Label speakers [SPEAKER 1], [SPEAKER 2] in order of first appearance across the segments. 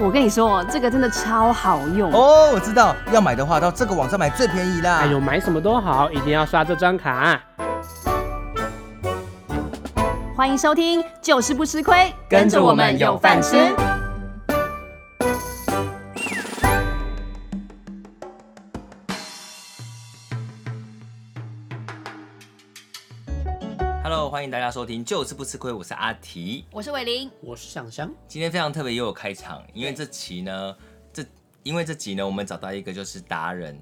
[SPEAKER 1] 我跟你说，这个真的超好用。
[SPEAKER 2] 哦，我知道，要买的话到这个网站买最便宜啦。
[SPEAKER 3] 哎呦，买什么都好，一定要刷这张
[SPEAKER 1] 啊
[SPEAKER 3] 卡。
[SPEAKER 1] 欢迎收听，就是不吃亏，
[SPEAKER 2] 跟着我们有饭吃。，Hello，欢迎大家收听，就是不吃亏，我是阿提。
[SPEAKER 1] 我是伟玲，
[SPEAKER 3] 我是想想，
[SPEAKER 2] 今天非常特别，又有开场，因为这期呢，这因为这集呢，我们找到一个就是达 人。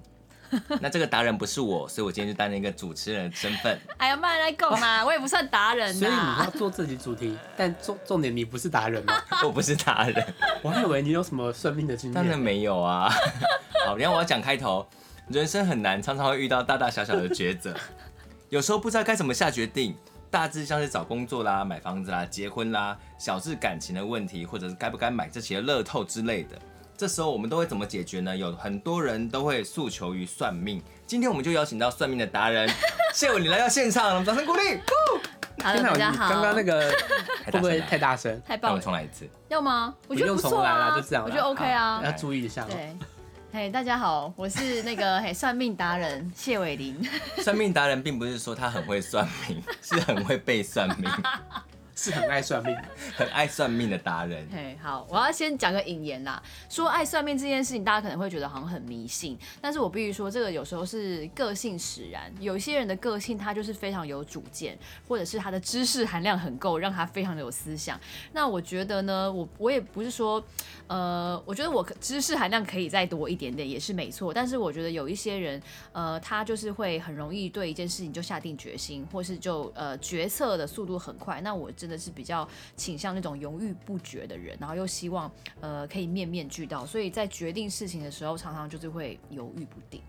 [SPEAKER 2] 那这个达人不是我，所以我今天就担任一个主持人的身份。
[SPEAKER 1] 哎呀，慢来够 嘛，我也不算达人
[SPEAKER 3] 所以你要做自己主 题，但重重点你不是达人吗？
[SPEAKER 2] 我不是达人，
[SPEAKER 3] 我还以为你有什么算命的经
[SPEAKER 2] 当然
[SPEAKER 3] 验。
[SPEAKER 2] 没有啊。 好，然后我要讲开头，人生很难，常常会遇到大大小小的抉择， 有时候不知道该怎么下决定。大致像是找工作啦、买房子啦、结婚啦，小至感情的问题，或者是该不该买这期的乐透之类的。这时候我们都会怎么解决呢？有很多人都会诉求于算命。今天我们就邀请到算命的达人谢伟，你来到现场，我们掌声鼓励。
[SPEAKER 1] Hello，
[SPEAKER 3] 天哪
[SPEAKER 1] 大家
[SPEAKER 3] 你
[SPEAKER 1] 好。
[SPEAKER 3] 刚刚那 个
[SPEAKER 2] 太大声了
[SPEAKER 3] 会不会太大声？
[SPEAKER 1] 太
[SPEAKER 2] 让
[SPEAKER 1] 棒
[SPEAKER 2] 我
[SPEAKER 1] 了
[SPEAKER 2] 重，来一次。
[SPEAKER 1] 要吗？我觉得
[SPEAKER 3] 用
[SPEAKER 1] 不
[SPEAKER 3] 重
[SPEAKER 1] 错
[SPEAKER 3] 来
[SPEAKER 1] 啊，
[SPEAKER 3] 啦就这样啦
[SPEAKER 1] 我觉得 OK 啊。
[SPEAKER 3] 要注意一下哦。
[SPEAKER 1] 对，嘿，大家好，我是那个嘿算命达人谢伟玲。
[SPEAKER 2] 算命达人并不是说他很会算命， 是很会被算命，
[SPEAKER 3] 是很爱算命，
[SPEAKER 2] 很爱算命的达人。
[SPEAKER 1] 嘿，好，我要先讲个引言啦。说爱算命这件事情，大家可能会觉得好像很迷信，但是我必须说，这个有时候是个性使然。有一些人的个性，他就是非常有主见，或者是他的知识含量很够，让他非常的有思想。那我觉得呢，我我也不是说，呃，我觉得我可知识含量可以再多一点点，也是没错。但是我觉得有一些人，呃，他就是会很容易对一件事情就下定决心，或是就呃决策的速度很快。那我真的是比较倾向那种犹豫不决的人，然后又希望呃可以面面俱到，所以在决定事情的时候，常常就是会犹豫不定。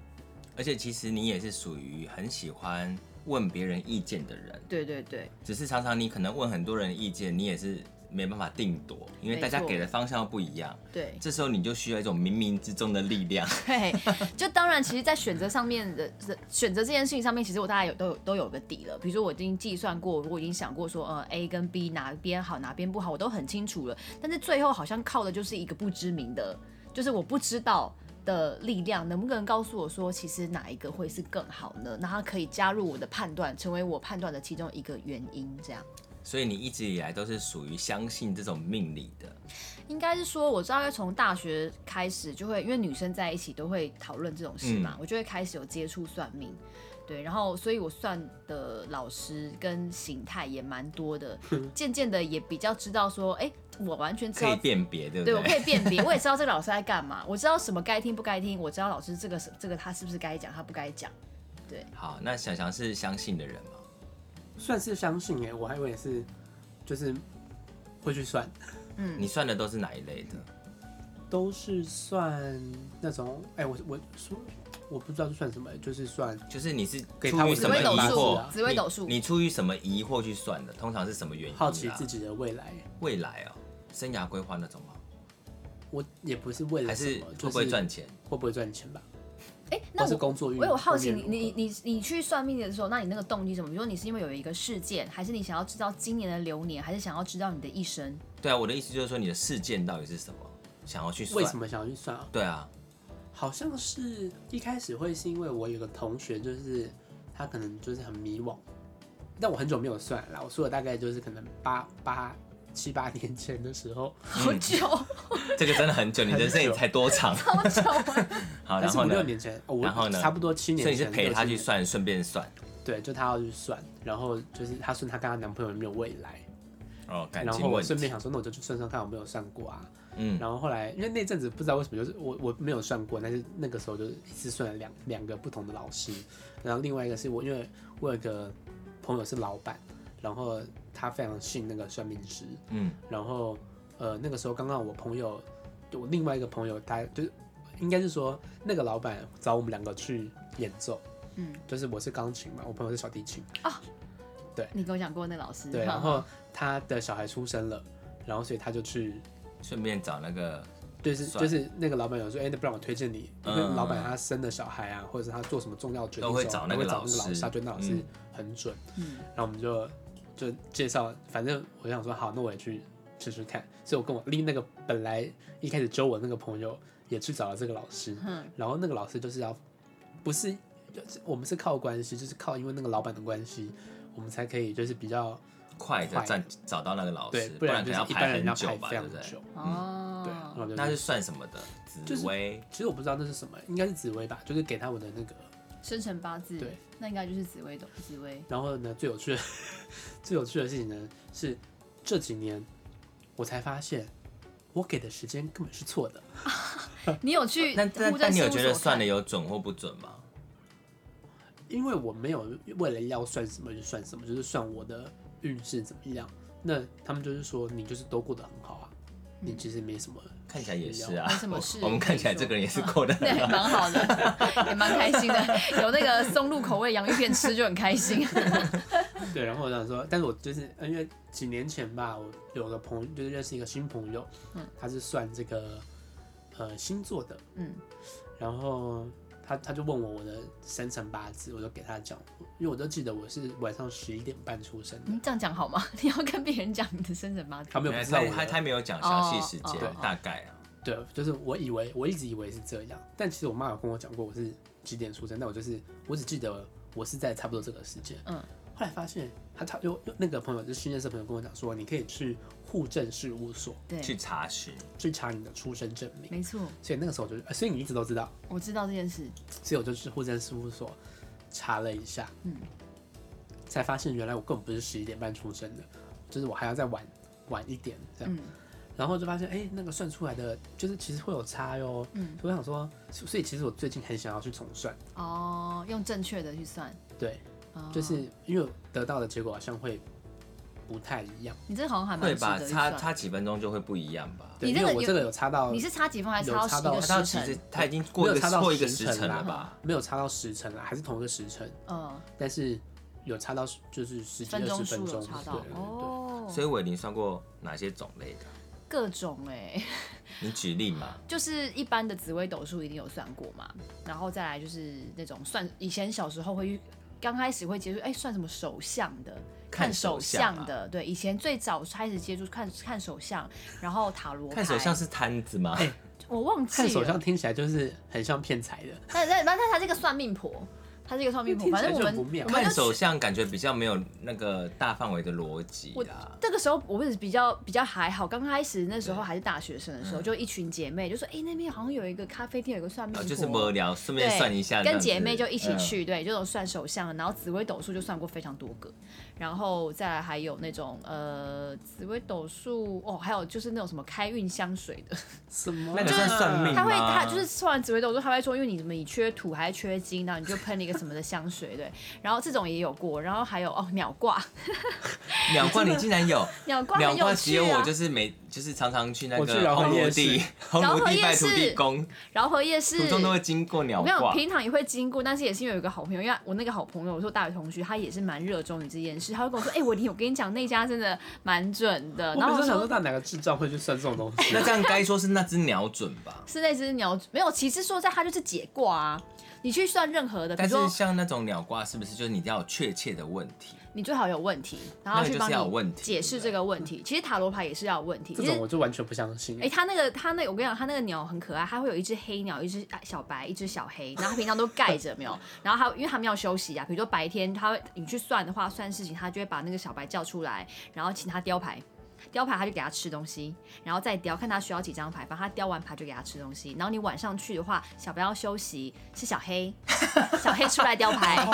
[SPEAKER 2] 而且其实你也是属于很喜欢问别人意见的人，
[SPEAKER 1] 对对对，
[SPEAKER 2] 只是常常你可能问很多人意见，你也是没办法定夺，因为大家
[SPEAKER 1] 没错
[SPEAKER 2] 给的方向不一样。
[SPEAKER 1] 对，
[SPEAKER 2] 这时候你就需要一种冥冥之中的力量。
[SPEAKER 1] 对，就当然，其实，在选择上面的的选择这件事情上面，其实我大概有都有都有个底了。比如说，我已经计算过，我已经想过说，呃，A 跟 B 哪边好，哪边不好，我都很清楚了。但是最后好像靠的就是一个不知名的，就是我不知道。的力量能不能告诉我说，其实哪一个会是更好呢？那它可以加入我的判断，成为我判断的其中一个原因，这样。
[SPEAKER 2] 所以你一直以来都是属于相信这种命理的。
[SPEAKER 1] 应该是说，我知道要从大学开始就会，因为女生在一起都会讨论这种事嘛，
[SPEAKER 2] 嗯
[SPEAKER 1] 我就会开始有接触算命。对，然后所以我算的老师跟形态也蛮 多的，渐渐的也比较知道说，哎、我完全知
[SPEAKER 2] 可以
[SPEAKER 1] 道。
[SPEAKER 2] 辨别，对不
[SPEAKER 1] 对，我可
[SPEAKER 2] 对？
[SPEAKER 1] 以辨别，我也知道这个老师在干嘛，我知道什么该听不该听，我知道老师这个是这个他是不是该讲，他不该讲。
[SPEAKER 2] 好，那想想是相信的人吗？
[SPEAKER 3] 算是相信哎、我还以为是就是会去算，
[SPEAKER 1] 嗯，
[SPEAKER 2] 你算的都是哪一类的？
[SPEAKER 3] 都是算那种哎、我我说我不知道是算什么、就是算
[SPEAKER 2] 就是你是
[SPEAKER 3] 给
[SPEAKER 2] 出
[SPEAKER 3] 他
[SPEAKER 2] 于
[SPEAKER 3] 们
[SPEAKER 2] 什么疑
[SPEAKER 3] 紫微斗数
[SPEAKER 2] 惑？
[SPEAKER 3] 啊
[SPEAKER 1] 紫微斗数
[SPEAKER 2] 你你出于什么疑惑去算的？通常是什么原因、啊？
[SPEAKER 3] 好奇自己的未来。
[SPEAKER 2] 未来哦，生涯规划那种吗？
[SPEAKER 3] 我也不是为
[SPEAKER 2] 还
[SPEAKER 3] 了什
[SPEAKER 2] 是
[SPEAKER 3] 么，
[SPEAKER 2] 会
[SPEAKER 3] 就
[SPEAKER 2] 不会赚钱？
[SPEAKER 3] 会不会赚钱吧，
[SPEAKER 1] 哎、
[SPEAKER 3] 或
[SPEAKER 1] 那
[SPEAKER 2] 哦
[SPEAKER 1] 我
[SPEAKER 3] 是工作运。
[SPEAKER 1] 我有好奇
[SPEAKER 3] 后
[SPEAKER 1] 你，
[SPEAKER 3] 嗯面如何
[SPEAKER 1] 你你你去算命的时候，那你那个动机是什么？比如说你是因为有一个事件，还是你想要知道今年的流年，还是想要知道你的一生？
[SPEAKER 2] 对啊，我的意思就是说你的事件到底是什么，想要去算。
[SPEAKER 3] 为什？么想要去算啊？
[SPEAKER 2] 对啊，
[SPEAKER 3] 好像是一开始会是因为我有个同学，就是他可能就是很迷惘，但我很久没有算了啦。我说的大概就是可能八八七八年前的时候，
[SPEAKER 1] 好久，
[SPEAKER 2] 这个真的很久，你人生也才多长？
[SPEAKER 1] 好久啊，
[SPEAKER 2] 好，
[SPEAKER 3] 还
[SPEAKER 2] 然
[SPEAKER 3] 是
[SPEAKER 2] 后
[SPEAKER 3] 五
[SPEAKER 2] 呢
[SPEAKER 3] 六？年前，哦、我
[SPEAKER 2] 然后呢
[SPEAKER 3] 差不多七年
[SPEAKER 2] 所以
[SPEAKER 3] 前，
[SPEAKER 2] 你是陪他去
[SPEAKER 3] 六七年，
[SPEAKER 2] 算，顺便算
[SPEAKER 3] 对，就他要去算，然后就是他算他跟他男朋友有没有未来，
[SPEAKER 2] 哦，感
[SPEAKER 3] 然后
[SPEAKER 2] 情
[SPEAKER 3] 我
[SPEAKER 2] 问
[SPEAKER 3] 顺便
[SPEAKER 2] 题。
[SPEAKER 3] 想说，那我就去算算看有没有算过啊。
[SPEAKER 2] 嗯，
[SPEAKER 3] 然后后来因为那阵子不知道为什么，就是我我没有算过，但是那个时候就是一次算了两两个不同的老师，然后另外一个是我因为我有个朋友是老板，然后他非常信那个算命师，
[SPEAKER 2] 嗯，
[SPEAKER 3] 然后呃那个时候刚刚我朋友就我另外一个朋友他就是应该是说那个老板找我们两个去演奏，
[SPEAKER 1] 嗯，
[SPEAKER 3] 就是我是钢琴嘛，我朋友是小提琴，
[SPEAKER 1] 你跟我讲过那老师，
[SPEAKER 3] 对，
[SPEAKER 1] 哈
[SPEAKER 3] 然后他的小孩出生了，然后所以他就去
[SPEAKER 2] 顺便找那个
[SPEAKER 3] 就是
[SPEAKER 2] 算
[SPEAKER 3] 就是那个老板有说，哎、那不然我推荐你，因为
[SPEAKER 2] 嗯
[SPEAKER 3] 老板他生了小孩啊，或者是他做什么重要决定的时候，
[SPEAKER 2] 都会找那个
[SPEAKER 3] 都会
[SPEAKER 2] 老
[SPEAKER 3] 找那
[SPEAKER 2] 师
[SPEAKER 3] 个老师，他觉得那老师
[SPEAKER 2] 嗯
[SPEAKER 3] 很准，
[SPEAKER 1] 嗯，
[SPEAKER 3] 然后我们就就介绍，反正我想说好，那我也去试试看。所以我跟我另那个本来一开始揪我那个朋友也去找了这个老师，
[SPEAKER 1] 嗯
[SPEAKER 3] 然后那个老师就是要不是就是我们是靠关系，就是靠因为那个老板的关系，我们才可以就是比较
[SPEAKER 2] 快的
[SPEAKER 3] 快
[SPEAKER 2] 站找到那个老
[SPEAKER 3] 对
[SPEAKER 2] 师，，
[SPEAKER 3] 不然
[SPEAKER 2] 可
[SPEAKER 3] 就
[SPEAKER 2] 能要
[SPEAKER 3] 是一般
[SPEAKER 2] 排
[SPEAKER 3] 人要
[SPEAKER 2] 很
[SPEAKER 3] 排
[SPEAKER 2] 久吧，
[SPEAKER 3] 非
[SPEAKER 2] 对
[SPEAKER 3] 常
[SPEAKER 2] 不对？
[SPEAKER 3] 久。嗯对，然
[SPEAKER 1] 哦，
[SPEAKER 3] 后就
[SPEAKER 2] 那是
[SPEAKER 3] 是
[SPEAKER 2] 算什么的？
[SPEAKER 3] 就
[SPEAKER 2] 紫
[SPEAKER 3] 是
[SPEAKER 2] 薇，
[SPEAKER 3] 其实我不知道那是什么，应该是紫薇吧，就是给他我的那个
[SPEAKER 1] 生辰八字，
[SPEAKER 3] 对，
[SPEAKER 1] 那应该就是紫薇的紫薇。
[SPEAKER 3] 然后呢，最有趣的 最有趣的事情呢是这几年我才发现，我给的时间根本是错的。
[SPEAKER 1] 你有去
[SPEAKER 2] 那但
[SPEAKER 1] 户政
[SPEAKER 2] 但你
[SPEAKER 1] 事务
[SPEAKER 2] 有
[SPEAKER 1] 所
[SPEAKER 2] 觉得算
[SPEAKER 1] 看
[SPEAKER 2] 的有准或不准吗？
[SPEAKER 3] 因为我没有为了要算什么就算什么，就是算我的运势怎么样。那他们就是说你就是都过得很好啊，你其实没什么。
[SPEAKER 2] 看起来也是啊
[SPEAKER 1] 没什么事，嗯
[SPEAKER 2] 我们看起来这个人也是过得
[SPEAKER 1] 对，蛮好的，也蛮开心的。有那个松露口味洋芋片吃就很开心。
[SPEAKER 3] 对，然后我想说，但是我就是呃因为几年前吧，我有个朋友就是认识一个新朋友，
[SPEAKER 1] 嗯
[SPEAKER 3] 他是算这个呃星座的，
[SPEAKER 1] 嗯，
[SPEAKER 3] 然后他他就问我我的生辰八字，我就给他讲，因为我都记得我是晚上十一点半出生的，
[SPEAKER 1] 你这样讲好吗？ 你要跟别人讲你的生辰八字
[SPEAKER 3] 他没有不知道
[SPEAKER 2] 他
[SPEAKER 3] 我
[SPEAKER 2] 他
[SPEAKER 3] 的
[SPEAKER 2] 他没有讲详细时
[SPEAKER 1] 哦
[SPEAKER 2] 间
[SPEAKER 1] 哦哦，
[SPEAKER 2] 大概啊。
[SPEAKER 3] 对，就是我以为我一直以为是这样，但其实我妈有跟我讲过我是几点出生，但我就是我只记得我是在差不多这个时间。
[SPEAKER 1] 嗯，
[SPEAKER 3] 后来发现他他又又那个朋友就是训练社朋友跟我讲说，你可以去户政事务所
[SPEAKER 2] 去
[SPEAKER 1] 对，
[SPEAKER 2] 查询，
[SPEAKER 3] 去查你的出生证明。
[SPEAKER 1] 没错，
[SPEAKER 3] 所以那个时候我就，呃所以你一直都知道，
[SPEAKER 1] 我知道这件事。
[SPEAKER 3] 所以我就去户政事务所查了一下，
[SPEAKER 1] 嗯，
[SPEAKER 3] 才发现原来我根本不是十一点半出生的，就是我还要再晚晚一点这样。
[SPEAKER 1] 嗯
[SPEAKER 3] 然后就发现，哎、那个算出来的就是其实会有差哟。
[SPEAKER 1] 嗯，
[SPEAKER 3] 所以我想说，所所以其实我最近很想要去重算，
[SPEAKER 1] 哦，用正确的去算，
[SPEAKER 3] 对，
[SPEAKER 1] 哦
[SPEAKER 3] 就是因为得到的结果好像会不太一样。
[SPEAKER 1] 你这好像还蛮
[SPEAKER 2] 对
[SPEAKER 1] 值得
[SPEAKER 2] 吧？
[SPEAKER 1] 去
[SPEAKER 2] 差
[SPEAKER 1] 算。
[SPEAKER 2] 差几分钟就会不一样吧？
[SPEAKER 3] 对，
[SPEAKER 1] 你
[SPEAKER 3] 因
[SPEAKER 1] 这个
[SPEAKER 3] 为我
[SPEAKER 1] 有
[SPEAKER 3] 这个有差到
[SPEAKER 1] 你，是差几分还是
[SPEAKER 3] 有
[SPEAKER 1] 差
[SPEAKER 3] 差
[SPEAKER 1] 一
[SPEAKER 3] 到
[SPEAKER 1] 个
[SPEAKER 2] 他到
[SPEAKER 1] 时
[SPEAKER 2] 其实
[SPEAKER 1] 辰？
[SPEAKER 2] 他已经过
[SPEAKER 3] 没
[SPEAKER 2] 一
[SPEAKER 3] 有
[SPEAKER 2] 个
[SPEAKER 3] 差到
[SPEAKER 2] 过一个
[SPEAKER 3] 时
[SPEAKER 2] 时
[SPEAKER 3] 辰
[SPEAKER 2] 辰
[SPEAKER 3] 啦
[SPEAKER 2] 了吧？
[SPEAKER 3] 没有差到时辰了，还是同一个时辰，
[SPEAKER 1] 嗯，
[SPEAKER 3] 但是有差到就是十几
[SPEAKER 1] 分
[SPEAKER 3] 二
[SPEAKER 1] 钟
[SPEAKER 3] 十分
[SPEAKER 1] 数有
[SPEAKER 3] 钟，
[SPEAKER 1] 差
[SPEAKER 3] 对
[SPEAKER 1] 到
[SPEAKER 3] 对对对。
[SPEAKER 1] 哦，
[SPEAKER 2] 所以伟林算过哪些种类的？
[SPEAKER 1] 各种哎。
[SPEAKER 2] 你举例嘛？
[SPEAKER 1] 就是一般的紫微斗数一定有算过嘛，然后再来就是那种算，以前小时候会去刚开始会接触，哎、算什么手相的，
[SPEAKER 2] 看
[SPEAKER 1] 手
[SPEAKER 2] 手相啊
[SPEAKER 1] 的，对，以前最早开始接触看看手相，然后塔罗牌，
[SPEAKER 2] 看手相是摊子吗？
[SPEAKER 1] 哎我忘记
[SPEAKER 3] 看
[SPEAKER 1] 了，
[SPEAKER 3] 手相听起来就是很像骗财的，
[SPEAKER 1] 但但但但他是一个算命婆，他是一个算命婆，
[SPEAKER 3] 听
[SPEAKER 1] 反
[SPEAKER 3] 起来
[SPEAKER 1] 正我
[SPEAKER 3] 就
[SPEAKER 1] 们
[SPEAKER 3] 很不妙
[SPEAKER 1] 我们
[SPEAKER 2] 看
[SPEAKER 1] 就
[SPEAKER 2] 手相感觉比较没有那个大范围的逻辑
[SPEAKER 1] 我
[SPEAKER 2] 啊。
[SPEAKER 1] 这个时候我是比较比较还好，刚开始那时
[SPEAKER 2] 嗯
[SPEAKER 1] 候还是大学生的时候，就一群姐妹就说，哎、那边好像有一个咖啡店有一个算命
[SPEAKER 2] 啊，
[SPEAKER 1] 婆，
[SPEAKER 2] 就是无聊，顺便
[SPEAKER 1] 对，
[SPEAKER 2] 算一下这
[SPEAKER 1] 跟
[SPEAKER 2] 样子，
[SPEAKER 1] 姐妹就一起
[SPEAKER 2] 嗯。
[SPEAKER 1] 去，对，这种算手相，然后紫微斗数就算过非常多个，然后再来还有那种呃紫微斗数哦，还有就是那种什么开运香水 的，
[SPEAKER 3] 什么？
[SPEAKER 2] 那个算算命
[SPEAKER 1] 他会
[SPEAKER 2] 吗
[SPEAKER 1] 他就是算完紫微斗数，他会说，因为你怎么你缺土还是缺金，然后你就喷了一个什么的香水，对，然后这种也有过，然后还有哦鸟卦，
[SPEAKER 2] 鸟冠你竟然 有，
[SPEAKER 1] 鸟卦
[SPEAKER 2] 鸟
[SPEAKER 1] 很
[SPEAKER 2] 冠
[SPEAKER 1] 有
[SPEAKER 2] 只
[SPEAKER 1] 趣
[SPEAKER 2] 有我
[SPEAKER 1] 啊
[SPEAKER 2] 就，是每就是常常去那
[SPEAKER 3] 我去
[SPEAKER 2] 个
[SPEAKER 3] 饶河
[SPEAKER 2] 红
[SPEAKER 3] 夜
[SPEAKER 2] 炉
[SPEAKER 3] 市
[SPEAKER 2] 地，红
[SPEAKER 1] 饶
[SPEAKER 2] 炉
[SPEAKER 1] 河
[SPEAKER 2] 地
[SPEAKER 1] 夜
[SPEAKER 2] 拜土地
[SPEAKER 1] 市
[SPEAKER 2] 公，
[SPEAKER 1] 饶河夜市
[SPEAKER 2] 途中都会经过鸟
[SPEAKER 1] 我跟你讲，
[SPEAKER 2] 卦。
[SPEAKER 1] 嗯平常也会经过，但是也是因为有一个好朋友，因为我那个好朋友，我说大学同学，他也是蛮热衷于这件事，他会跟我说，哎、我我跟你讲那家真的蛮准的，
[SPEAKER 3] 我
[SPEAKER 1] 然后
[SPEAKER 3] 本
[SPEAKER 1] 啊我
[SPEAKER 3] 身想说，
[SPEAKER 1] 说。
[SPEAKER 3] 到哪个智障会去算这种东西？
[SPEAKER 2] 那这样该说是那只鸟准吧？
[SPEAKER 1] 是那只鸟没有，其实说实在它就是解卦啊。你去算任何的，比
[SPEAKER 2] 但
[SPEAKER 1] 如
[SPEAKER 2] 是
[SPEAKER 1] 说
[SPEAKER 2] 像那种鸟卦，是不是就是你要有确切的问题？
[SPEAKER 1] 你最好有问题，然
[SPEAKER 2] 那
[SPEAKER 1] 后
[SPEAKER 2] 个
[SPEAKER 1] 去
[SPEAKER 2] 就是要有
[SPEAKER 1] 帮
[SPEAKER 2] 问
[SPEAKER 1] 你
[SPEAKER 2] 题
[SPEAKER 1] 解释这个问题。其实塔罗牌也是要有问题，
[SPEAKER 3] 这
[SPEAKER 1] 其
[SPEAKER 3] 种
[SPEAKER 1] 实
[SPEAKER 3] 我就完全不相信
[SPEAKER 1] 哎、。它那个它那我跟你讲，它那个鸟很可爱，它会有一只黑鸟，一只小白，一只小黑，然后它平常都盖着没有，然后它因为它们要休息啊，比如说白天它会你去算的话，算事情，它就会把那个小白叫出来，然后请它雕牌。雕牌，它就给它吃东西，然后再雕，看它需要几张牌，反正它雕完牌就给它吃东西。然后你晚上去的话，小白要休息，是小黑，小黑出来雕牌。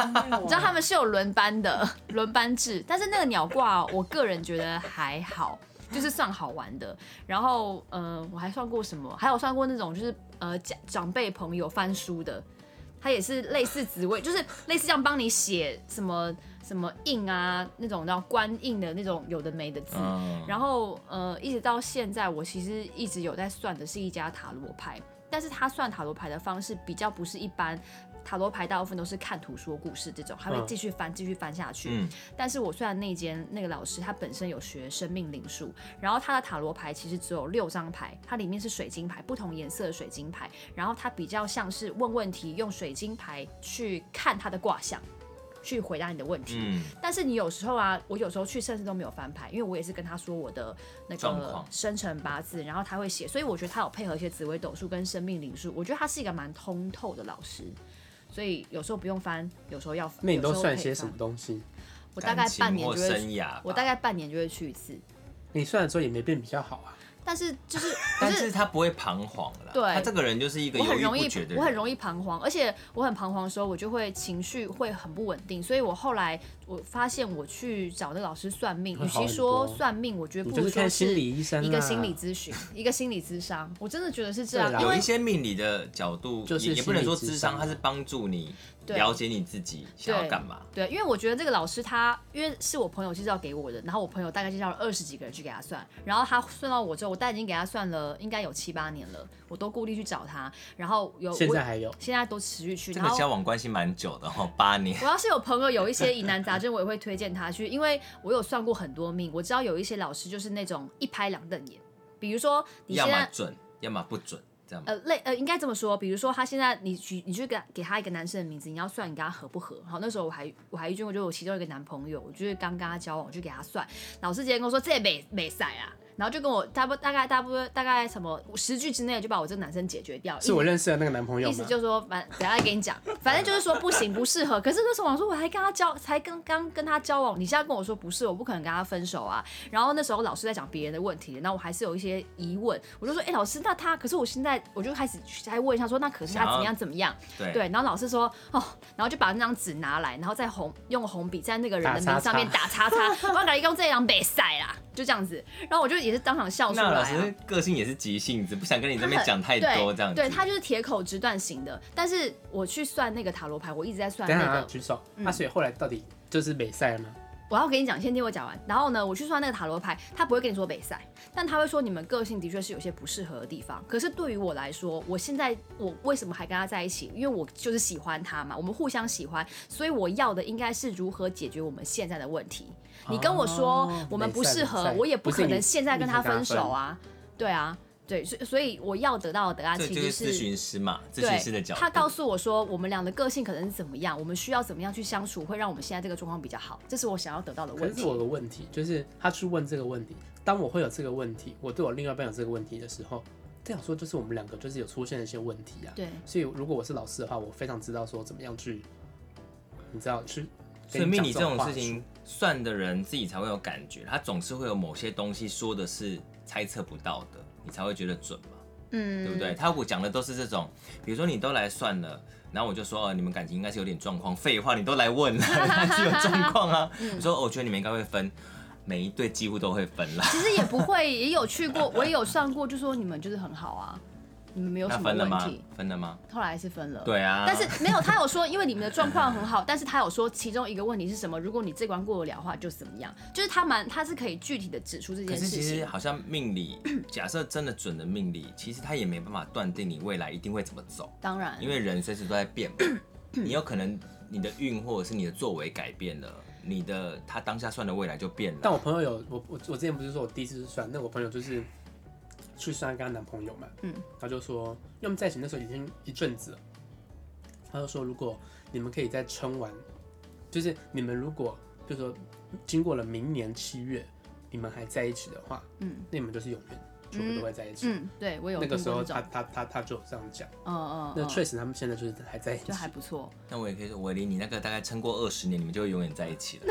[SPEAKER 1] 你知道他们是有轮班的， 轮班制。但是那个鸟卦哦、我个人觉得还好，就是算好玩的。然后，呃，我还算过什么？还有算过那种就是呃家长辈朋友翻书的，它也是类似职位，就是类似这样帮你写什么什么印啊那种叫官印的那种有的没的字。
[SPEAKER 2] 嗯，
[SPEAKER 1] 然后呃，一直到现在，我其实一直有在算的是一家塔罗牌，但是他算塔罗牌的方式比较不是一般。塔罗牌大部分都是看图说故事这种，还会
[SPEAKER 3] 嗯
[SPEAKER 1] 继续翻，继续翻下去。
[SPEAKER 2] 嗯
[SPEAKER 1] 但是我虽然那间那个老师他本身有学生命灵数，然后他的塔罗牌其实只有六张牌，它里面是水晶牌，不同颜色的水晶牌，然后它比较像是问问题，用水晶牌去看他的卦象。去回答你的问题。
[SPEAKER 2] 嗯，
[SPEAKER 1] 但是你有时候啊，我有时候去甚至都没有翻牌，因为我也是跟他说我的那
[SPEAKER 2] 状
[SPEAKER 1] 个
[SPEAKER 2] 况
[SPEAKER 1] 生辰八字，然后他会写，所以我觉得他有配合一些紫微斗数跟生命灵数，我觉得他是一个蛮通透的老师，所以有时候不用翻，有时候要翻。
[SPEAKER 3] 那你
[SPEAKER 1] 有
[SPEAKER 3] 都
[SPEAKER 1] 时候
[SPEAKER 3] 算
[SPEAKER 1] 可以
[SPEAKER 3] 些
[SPEAKER 1] 翻
[SPEAKER 3] 什么？东西？
[SPEAKER 1] 我大概
[SPEAKER 2] 感情
[SPEAKER 1] 半年
[SPEAKER 2] 或
[SPEAKER 1] 就会
[SPEAKER 2] 生
[SPEAKER 1] 去，
[SPEAKER 2] 涯吧，
[SPEAKER 1] 我大概半年就会去一次，
[SPEAKER 3] 你算的时候也没变比较好啊。
[SPEAKER 1] 但是就是
[SPEAKER 2] 但是他不会彷徨啦，
[SPEAKER 1] 对
[SPEAKER 2] 他这个人就是一个
[SPEAKER 1] 我
[SPEAKER 2] 犹
[SPEAKER 1] 很
[SPEAKER 2] 豫
[SPEAKER 1] 容
[SPEAKER 2] 不
[SPEAKER 1] 易
[SPEAKER 2] 决的，人，
[SPEAKER 1] 我很容易彷徨，而且我很彷徨的时候，我就会情绪会很不稳定，所以我后来我发现我去找那个老师算命，
[SPEAKER 3] 会
[SPEAKER 1] 与
[SPEAKER 3] 好
[SPEAKER 1] 其
[SPEAKER 3] 很
[SPEAKER 1] 说
[SPEAKER 3] 多
[SPEAKER 1] 算命，我觉得
[SPEAKER 3] 你
[SPEAKER 1] 不
[SPEAKER 3] 就
[SPEAKER 1] 如
[SPEAKER 3] 是
[SPEAKER 1] 说
[SPEAKER 3] 看心
[SPEAKER 1] 是
[SPEAKER 3] 理医生
[SPEAKER 1] 一个
[SPEAKER 3] 啦
[SPEAKER 1] 心理咨询，一个心理咨商，我真的觉得是这样
[SPEAKER 3] 对，啦
[SPEAKER 1] 因
[SPEAKER 2] 有
[SPEAKER 1] 为
[SPEAKER 2] 一些命理的角度，
[SPEAKER 3] 就是
[SPEAKER 2] 也也不能说
[SPEAKER 3] 心理
[SPEAKER 2] 智
[SPEAKER 3] 智商
[SPEAKER 2] 商，
[SPEAKER 3] 啊
[SPEAKER 2] 它是帮助你
[SPEAKER 1] 对
[SPEAKER 2] 了解你自己想要干嘛。
[SPEAKER 1] 对，因为我觉得这个老师他，因为是我朋友介绍给我的，然后我朋友大概介绍了二十几个人去给他算，然后他算到我之后，我大概已经给他算了应该有七八年了，我都固定去找他，然后有
[SPEAKER 3] 现
[SPEAKER 1] 我
[SPEAKER 3] 在还有，
[SPEAKER 1] 现在都持续去，
[SPEAKER 2] 这
[SPEAKER 1] 然
[SPEAKER 2] 个
[SPEAKER 1] 后
[SPEAKER 2] 交往关系蛮久的哦，八年。
[SPEAKER 1] 我要是有朋友有一些疑难杂症，我也会推荐他去，因为我有算过很多命，我知道有一些老师就是那种一拍两瞪眼，比如说你
[SPEAKER 2] 要
[SPEAKER 1] 现
[SPEAKER 2] 么
[SPEAKER 1] 在。
[SPEAKER 2] 准，要么不准，这样吗。
[SPEAKER 1] 呃，类呃，应该这么说，比如说他现在你去你去给他给他一个男生的名字，你要算你跟他合不合。好，那时候我还我还遇见过，就我其中一个男朋友，我就是刚跟他交往，我就给他算，老师直接跟我说这没没赛啊，然后就跟我大不大概大不大概什么十句之内就把我这个男生解决掉，
[SPEAKER 3] 是
[SPEAKER 1] 一
[SPEAKER 3] 我认识的那个男朋友
[SPEAKER 1] 意
[SPEAKER 3] 吗
[SPEAKER 1] 思？就是说，反等一下给你讲，反正就是说不行，不适合。可是那时候我想说，我还跟他交，才刚刚跟他交往，你现在跟我说不是，我不可能跟他分手啊。然后那时候老师在讲别人的问题，那我还是有一些疑问，我就说，哎、老师，那他，可是我现在我就开始还问一下说，那可是他
[SPEAKER 2] 想要
[SPEAKER 1] 怎么样怎么样？
[SPEAKER 2] 对，
[SPEAKER 1] 对，然后老师说，哦，然后就把那张纸拿来，然后再红用红笔在那个人的名上面打叉叉，我感觉用这张北赛啦，就这样子。然后我就也是当场笑出来、
[SPEAKER 2] 那
[SPEAKER 1] 啊。
[SPEAKER 2] 老师个性也是急性子，不想跟你这边讲太
[SPEAKER 1] 对
[SPEAKER 2] 多这样子。
[SPEAKER 1] 对他就是铁口直断型的。但是我去算那个塔罗牌，我一直在算
[SPEAKER 3] 等一下
[SPEAKER 1] 那
[SPEAKER 3] 啊
[SPEAKER 1] 个。嗯
[SPEAKER 3] 举手。那所以后来到底就是美赛了吗？
[SPEAKER 1] 我要跟你讲，先听我讲完。然后呢，我去算那个塔罗牌，他不会跟你说北塞，但他会说你们个性的确是有些不适合的地方。可是对于我来说，我现在我为什么还跟他在一起？因为我就是喜欢他嘛，我们互相喜欢，所以我要的应该是如何解决我们现在的问题。你跟我说
[SPEAKER 3] 哦
[SPEAKER 1] 我们不适
[SPEAKER 3] 北塞
[SPEAKER 1] 合
[SPEAKER 3] 北，塞
[SPEAKER 1] 我也不
[SPEAKER 3] 不是
[SPEAKER 1] 可能
[SPEAKER 3] 你
[SPEAKER 1] 现在跟他分手啊。对啊，对，所以所以我要得到的答案
[SPEAKER 2] 这
[SPEAKER 1] 啊其
[SPEAKER 2] 就
[SPEAKER 1] 实
[SPEAKER 2] 是
[SPEAKER 1] 是
[SPEAKER 2] 咨询师嘛，咨询师的
[SPEAKER 1] 对，
[SPEAKER 2] 角度。
[SPEAKER 1] 他告诉我说，我们俩的个性可能是怎么样，我们需要怎么样去相处，会让我们现在这个状况比较好，这是我想要得到的
[SPEAKER 3] 可
[SPEAKER 1] 问
[SPEAKER 3] 是
[SPEAKER 1] 题。
[SPEAKER 3] 我有个问题，就是他去问这个问题，当我会有这个问题，我对我另外一半有这个问题的时候，这样说就是我们两个就是有出现了一些问题啊。
[SPEAKER 1] 对，
[SPEAKER 3] 所以如果我是老师的话，我非常知道说怎么样去，你知道去。
[SPEAKER 2] 所以命理
[SPEAKER 3] 这
[SPEAKER 2] 这种
[SPEAKER 3] 话
[SPEAKER 2] 事情，算的人自己才会有感觉，他总是会有某些东西说的是猜测不到的，你才会觉得准嘛，
[SPEAKER 1] 嗯，
[SPEAKER 2] 对不对？？他如果讲的都是这种，比如说你都来算了，然后我就说，哦，你们感情应该是有点状况。废话，你都来问了，他是有状况啊。
[SPEAKER 1] 嗯
[SPEAKER 2] 我说，哦我觉得你们应该会分，每一对几乎都会分啦。
[SPEAKER 1] 其实也不会，也有去过，我也有算过，就说你们就是很好啊，你们没有
[SPEAKER 2] 那
[SPEAKER 1] 什么
[SPEAKER 2] 分了
[SPEAKER 1] 问
[SPEAKER 2] 吗
[SPEAKER 1] 题。？
[SPEAKER 2] 分了吗？
[SPEAKER 1] 后来是分了，
[SPEAKER 2] 对啊，
[SPEAKER 1] 但是没有，他有说，因为你们的状况很好，但是他有说其中一个问题是什么？如果你这关过得了的话，就怎么样？就是他蛮，他是可以具体的指出这
[SPEAKER 2] 可
[SPEAKER 1] 件
[SPEAKER 2] 是
[SPEAKER 1] 事
[SPEAKER 2] 其实
[SPEAKER 1] 情。
[SPEAKER 2] 好像命理， 假设真的准的命理，其实他也没办法断定你未来一定会怎么走，
[SPEAKER 1] 当然，
[SPEAKER 2] 因为人随时都在变嘛。你有可能你的运或者是你的作为改变了，你的他当下算的未来就变
[SPEAKER 3] 但
[SPEAKER 2] 了。
[SPEAKER 3] 我朋友有我我我之前不是说我第一次去算，那我朋友就是去算跟她男朋友嘛，
[SPEAKER 1] 嗯，
[SPEAKER 3] 他就说，因为我们在一起那时候已经一阵子了，他就说如果你们可以再撑完，就是你们如果就说经过了明年七月，你们还在一起的话，
[SPEAKER 1] 嗯，
[SPEAKER 3] 那你们就是永远全部都会在一起。
[SPEAKER 1] 嗯，对我有
[SPEAKER 3] 那个时候他
[SPEAKER 1] 听过这种，
[SPEAKER 3] 他他他就这样讲，
[SPEAKER 1] 嗯嗯，
[SPEAKER 3] 那
[SPEAKER 1] 嗯
[SPEAKER 3] 确实他们现在就是还在一起
[SPEAKER 1] 就，还不错。
[SPEAKER 2] 那我也可以说，伟林，你那个大概撑过二十年，你们就会永远在一起了。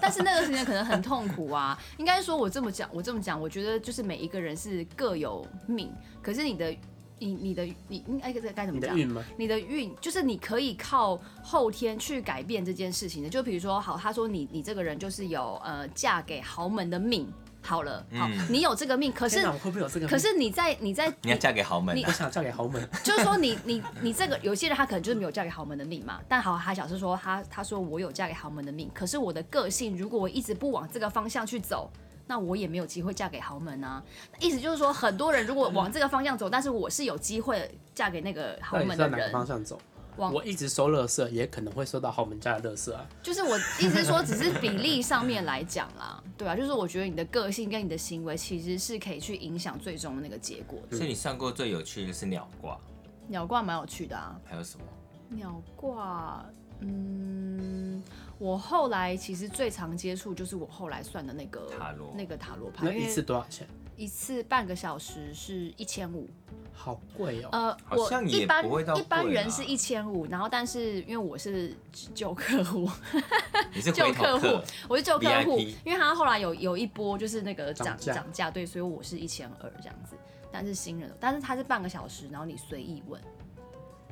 [SPEAKER 1] 但是那个时间可能很痛苦啊。 应该说，我这么讲，我这么讲，我觉得就是每一个人是各有命，可是你的，你你的你应该该怎
[SPEAKER 3] 你
[SPEAKER 1] 么
[SPEAKER 3] 的
[SPEAKER 1] 讲？
[SPEAKER 3] 运吗？
[SPEAKER 1] 你的运就是你可以靠后天去改变这件事情的。就比如说，好，他说你你这个人就是有呃嫁给豪门的命，好了，好，
[SPEAKER 3] 嗯
[SPEAKER 1] 你有这个命，可
[SPEAKER 3] 天
[SPEAKER 1] 是
[SPEAKER 3] 哪我会不会有这个命？
[SPEAKER 1] 可是你在你在
[SPEAKER 2] 你要嫁给豪门、
[SPEAKER 3] 我
[SPEAKER 2] 啊，
[SPEAKER 3] 想嫁给豪门，
[SPEAKER 1] 就是说你你你这个有些人他可能就是没有嫁给豪门的命嘛，但好他小是说他他说我有嫁给豪门的命，可是我的个性如果我一直不往这个方向去走。那我也没有机会嫁给豪门啊，意思就是说，很多人如果往这个方向走，但是我是有机会嫁给那个豪
[SPEAKER 3] 到底
[SPEAKER 1] 门
[SPEAKER 3] 是要
[SPEAKER 1] 的
[SPEAKER 3] 哪个
[SPEAKER 1] 人，
[SPEAKER 3] 方向走？
[SPEAKER 1] 往
[SPEAKER 3] 我一直收垃圾，也可能会收到豪门家的垃圾啊。
[SPEAKER 1] 就是我意思是说，只是比例上面来讲啦，对啊，就是我觉得你的个性跟你的行为其实是可以去影响最终的那个结果的。
[SPEAKER 2] 所以你算过最有趣的是鸟卦，
[SPEAKER 1] 鸟卦蛮有趣的啊，
[SPEAKER 2] 还有什么？
[SPEAKER 1] 鸟卦嗯，我后来其实最常接触就是我后来算的那个
[SPEAKER 2] 塔罗
[SPEAKER 1] 那个塔罗牌，
[SPEAKER 3] 那一
[SPEAKER 1] 因为
[SPEAKER 3] 次多少钱？
[SPEAKER 1] 一次半个小时是一千五。
[SPEAKER 3] 好贵哦、
[SPEAKER 1] 呃，
[SPEAKER 2] 好
[SPEAKER 1] 我
[SPEAKER 2] 像也
[SPEAKER 1] 一般
[SPEAKER 2] 不会到
[SPEAKER 1] 一般
[SPEAKER 2] 贵
[SPEAKER 1] 人
[SPEAKER 2] 啦
[SPEAKER 1] 是一千五，然后但是因为我是旧客户，
[SPEAKER 2] 你是
[SPEAKER 1] 旧
[SPEAKER 2] 回头
[SPEAKER 1] 客户
[SPEAKER 2] 客，，
[SPEAKER 1] 我是旧客户
[SPEAKER 2] VIP，
[SPEAKER 1] 因为他后来有有一波就是那个涨
[SPEAKER 3] 涨价
[SPEAKER 1] 涨价，对，所以我是一千二这样子。但是新人，但是他是半个小时，然后你随意问，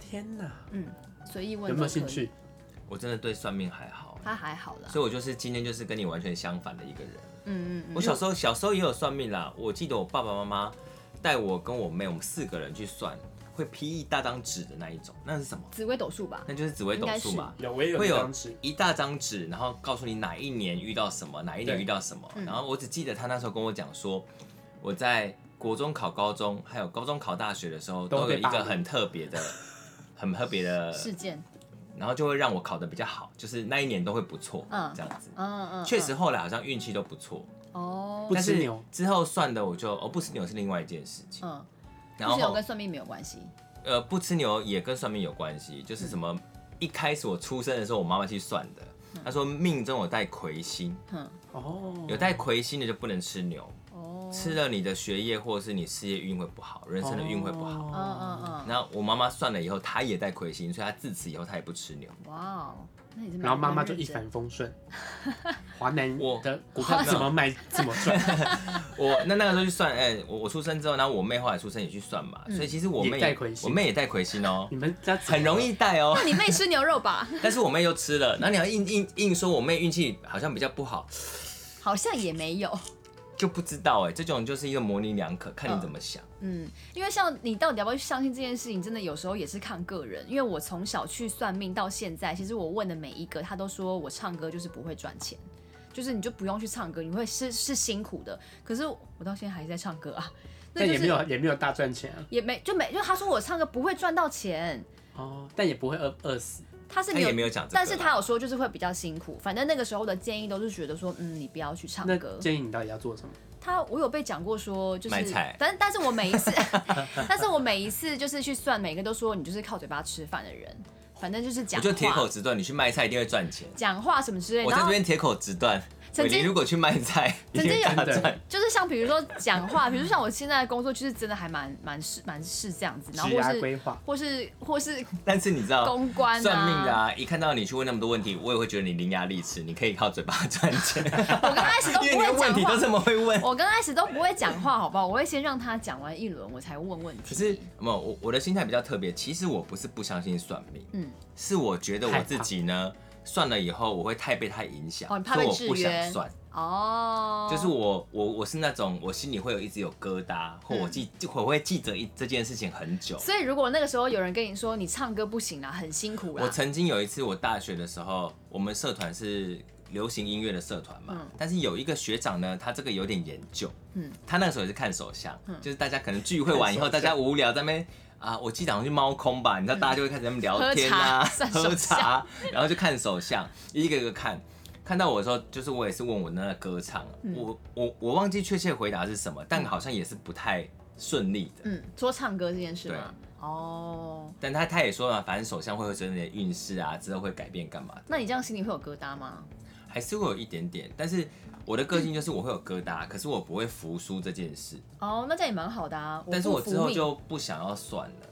[SPEAKER 3] 天哪，
[SPEAKER 1] 嗯，随意问
[SPEAKER 3] 有没有
[SPEAKER 1] 都可
[SPEAKER 3] 兴
[SPEAKER 1] 以？
[SPEAKER 3] 趣？
[SPEAKER 2] 我真的对算命还好，欸
[SPEAKER 1] 他还好啦，
[SPEAKER 2] 所以我就是今天就是跟你完全相反的一个人。
[SPEAKER 1] 嗯嗯嗯，
[SPEAKER 2] 我小时候小时候也有算命啦，我记得我爸爸妈妈带我跟我妹，我们四个人去算，会劈一大张纸的那一种，那是什么？
[SPEAKER 1] 紫薇斗数吧，
[SPEAKER 2] 那就是紫微斗数嘛，
[SPEAKER 3] 有，我也有
[SPEAKER 2] 会
[SPEAKER 3] 一
[SPEAKER 2] 有
[SPEAKER 3] 张纸，
[SPEAKER 2] 一大张纸，然后告诉你哪一年遇到什么，哪一年
[SPEAKER 3] 对
[SPEAKER 2] 遇到什么。
[SPEAKER 1] 嗯
[SPEAKER 2] 然后我只记得他那时候跟我讲说，我在国中考高中，还有高中考大学的时候，
[SPEAKER 3] 都
[SPEAKER 2] 都有
[SPEAKER 3] 被
[SPEAKER 2] 一
[SPEAKER 3] 霸
[SPEAKER 2] 个
[SPEAKER 3] 凌
[SPEAKER 2] 很特别 的、很特别的，
[SPEAKER 1] 事件，
[SPEAKER 2] 然后就会让我考得比较好，就是那一年都会不错，
[SPEAKER 1] 嗯
[SPEAKER 2] 这样子。
[SPEAKER 1] 嗯嗯，
[SPEAKER 2] 确实后来好像运气都不错，
[SPEAKER 1] 嗯哦
[SPEAKER 3] 不，
[SPEAKER 2] 但
[SPEAKER 3] 吃
[SPEAKER 2] 是
[SPEAKER 3] 牛
[SPEAKER 2] 之后算的我就哦不吃牛是另外一件事情，
[SPEAKER 1] 嗯，
[SPEAKER 2] 然
[SPEAKER 1] 不是有
[SPEAKER 2] 后
[SPEAKER 1] 跟算命没有关系，
[SPEAKER 2] 呃不吃牛也跟算命有关系，就是什么一开始我出生的时候我妈妈去算的，她说命中有带魁星，
[SPEAKER 1] 嗯，
[SPEAKER 3] 哦，
[SPEAKER 2] 有带魁星的就不能吃牛，
[SPEAKER 1] 哦，
[SPEAKER 2] 吃了你的学业或者是你事业运会不好，人生的运会不好。
[SPEAKER 1] 嗯嗯嗯，
[SPEAKER 2] 那我妈妈算了以后，她也带魁星，所以她自此以后她也不吃牛。
[SPEAKER 1] 哇哦，那你是蛮
[SPEAKER 3] 然后妈妈
[SPEAKER 1] 蛮
[SPEAKER 3] 就
[SPEAKER 1] 认
[SPEAKER 3] 一
[SPEAKER 1] 真
[SPEAKER 3] 帆风顺，华南
[SPEAKER 2] 我
[SPEAKER 3] 的股票怎么卖怎么 赚，
[SPEAKER 2] 我那那个时候去算，哎、我我出生之后，然后我妹后来出生也去算嘛，
[SPEAKER 1] 嗯
[SPEAKER 2] 所以其实我妹
[SPEAKER 3] 也带魁星
[SPEAKER 2] 我妹也带魁星哦、
[SPEAKER 3] 你们家
[SPEAKER 2] 很容易带哦、
[SPEAKER 1] 那你妹吃牛肉吧？
[SPEAKER 2] 但是我妹又吃了，那你要硬硬硬说我妹运气好像比较不好，
[SPEAKER 1] 好像也没有。
[SPEAKER 2] 就不知道哎、这种就是一个模棱两可，看你
[SPEAKER 1] 嗯
[SPEAKER 2] 怎么想。
[SPEAKER 1] 嗯，因为像你到底要不要去相信这件事情，真的有时候也是看个人。因为我从小去算命到现在，其实我问的每一个，他都说我唱歌就是不会赚钱，就是你就不用去唱歌，你会是是辛苦的。可是我到现在还是在唱歌啊，那
[SPEAKER 3] 但
[SPEAKER 1] 就
[SPEAKER 3] 也
[SPEAKER 1] 是
[SPEAKER 3] 没有也没有大赚钱啊，
[SPEAKER 1] 也没就没就他说我唱歌不会赚到钱，
[SPEAKER 3] 哦，但也不会饿饿死，
[SPEAKER 1] 他是
[SPEAKER 2] 她
[SPEAKER 1] 没有
[SPEAKER 2] 也没有讲这个啦，
[SPEAKER 1] 但是他有说就是会比较辛苦，反正那个时候的建议都是觉得说，嗯，你不要去唱
[SPEAKER 3] 那
[SPEAKER 1] 歌。
[SPEAKER 3] 建议你到底要做什么？
[SPEAKER 1] 他我有被讲过说就是
[SPEAKER 2] 买菜，
[SPEAKER 1] 但但是我每一 次，但是我每一次就是去算，每个都说你就是靠嘴巴吃饭的人，反正就是
[SPEAKER 2] 我
[SPEAKER 1] 讲
[SPEAKER 2] 就铁口
[SPEAKER 1] 话、
[SPEAKER 2] 直断，你去卖菜一定会赚钱。
[SPEAKER 1] 讲话什么之类。
[SPEAKER 2] 我在
[SPEAKER 1] 哎然
[SPEAKER 2] 这
[SPEAKER 1] 后
[SPEAKER 2] 边铁口直断，
[SPEAKER 1] 曾
[SPEAKER 2] 伟林
[SPEAKER 1] 经
[SPEAKER 2] 如果去卖菜，一
[SPEAKER 1] 曾
[SPEAKER 2] 定 会
[SPEAKER 1] 经有
[SPEAKER 2] 大
[SPEAKER 3] 真的
[SPEAKER 2] 赚。
[SPEAKER 1] 就是像比如说讲话，比如像我现在的工作，就是真的还蛮蛮是蛮是这样子，然后
[SPEAKER 3] 职
[SPEAKER 1] 或
[SPEAKER 3] 涯
[SPEAKER 1] 是
[SPEAKER 3] 规划，
[SPEAKER 1] 或是或是
[SPEAKER 2] 但是你知道，
[SPEAKER 1] 公关啊，
[SPEAKER 2] 算命的啊，一看到你去问那么多问题，我也会觉得你伶牙俐齿，你可以靠嘴巴赚钱，
[SPEAKER 1] 我刚开始 都不
[SPEAKER 2] 因为你的
[SPEAKER 1] 会
[SPEAKER 2] 问题
[SPEAKER 1] 讲
[SPEAKER 2] 都
[SPEAKER 1] 话，
[SPEAKER 2] 这么会问。
[SPEAKER 1] 我刚开始都不会讲话，好不好？我会先让他讲完一轮，我才问问
[SPEAKER 2] 可
[SPEAKER 1] 题。
[SPEAKER 2] 是没有我我的心态比较特别，其实我不是不相信算命，
[SPEAKER 1] 嗯
[SPEAKER 2] 是我觉得我自己呢算了以后，我会太被他影响，
[SPEAKER 1] 哦你怕
[SPEAKER 2] 所以
[SPEAKER 1] 被
[SPEAKER 2] 我
[SPEAKER 1] 制
[SPEAKER 2] 不想
[SPEAKER 1] 约
[SPEAKER 2] 算。
[SPEAKER 1] 哦，
[SPEAKER 2] 就是我我我是那种我心里会有一直有疙瘩，或我记、我会记着一这件事情很久。
[SPEAKER 1] 嗯所以如果那个时候有人跟你说你唱歌不行啦，很辛苦啦，
[SPEAKER 2] 我曾经有一次，我大学的时候，我们社团是流行音乐的社团嘛，
[SPEAKER 1] 嗯
[SPEAKER 2] 但是有一个学长呢，他这个有点研究，
[SPEAKER 1] 嗯
[SPEAKER 2] 他那个时候也是看手相，
[SPEAKER 1] 嗯
[SPEAKER 2] 就是大家可能聚会完以后，
[SPEAKER 3] 看手
[SPEAKER 2] 大
[SPEAKER 3] 相
[SPEAKER 2] 家无聊在那边。啊，我记得好像去猫空吧，你知道大家就会开始在那边聊天啊，
[SPEAKER 1] 喝茶
[SPEAKER 2] 喝
[SPEAKER 1] 算手相
[SPEAKER 2] 茶，然后就看手相， 一个一个看，看到我的时候，就是我也是问我那个歌唱，
[SPEAKER 1] 嗯
[SPEAKER 2] 我我我忘记确切回答是什么，但好像也是不太顺利的。
[SPEAKER 1] 嗯，说唱歌这件事吗？哦，
[SPEAKER 2] 但他他也说了，反正手相会有整你的运势啊，之后会改变干嘛的
[SPEAKER 1] 那你这样心里会有疙瘩吗？
[SPEAKER 2] 还是会有一点点，但是我的个性就是我会有疙瘩，可是我不会服输这件事。
[SPEAKER 1] 哦，那这样也蛮好的啊。
[SPEAKER 2] 但是我
[SPEAKER 1] 不服
[SPEAKER 2] 之后
[SPEAKER 1] 命
[SPEAKER 2] 就不想要算了，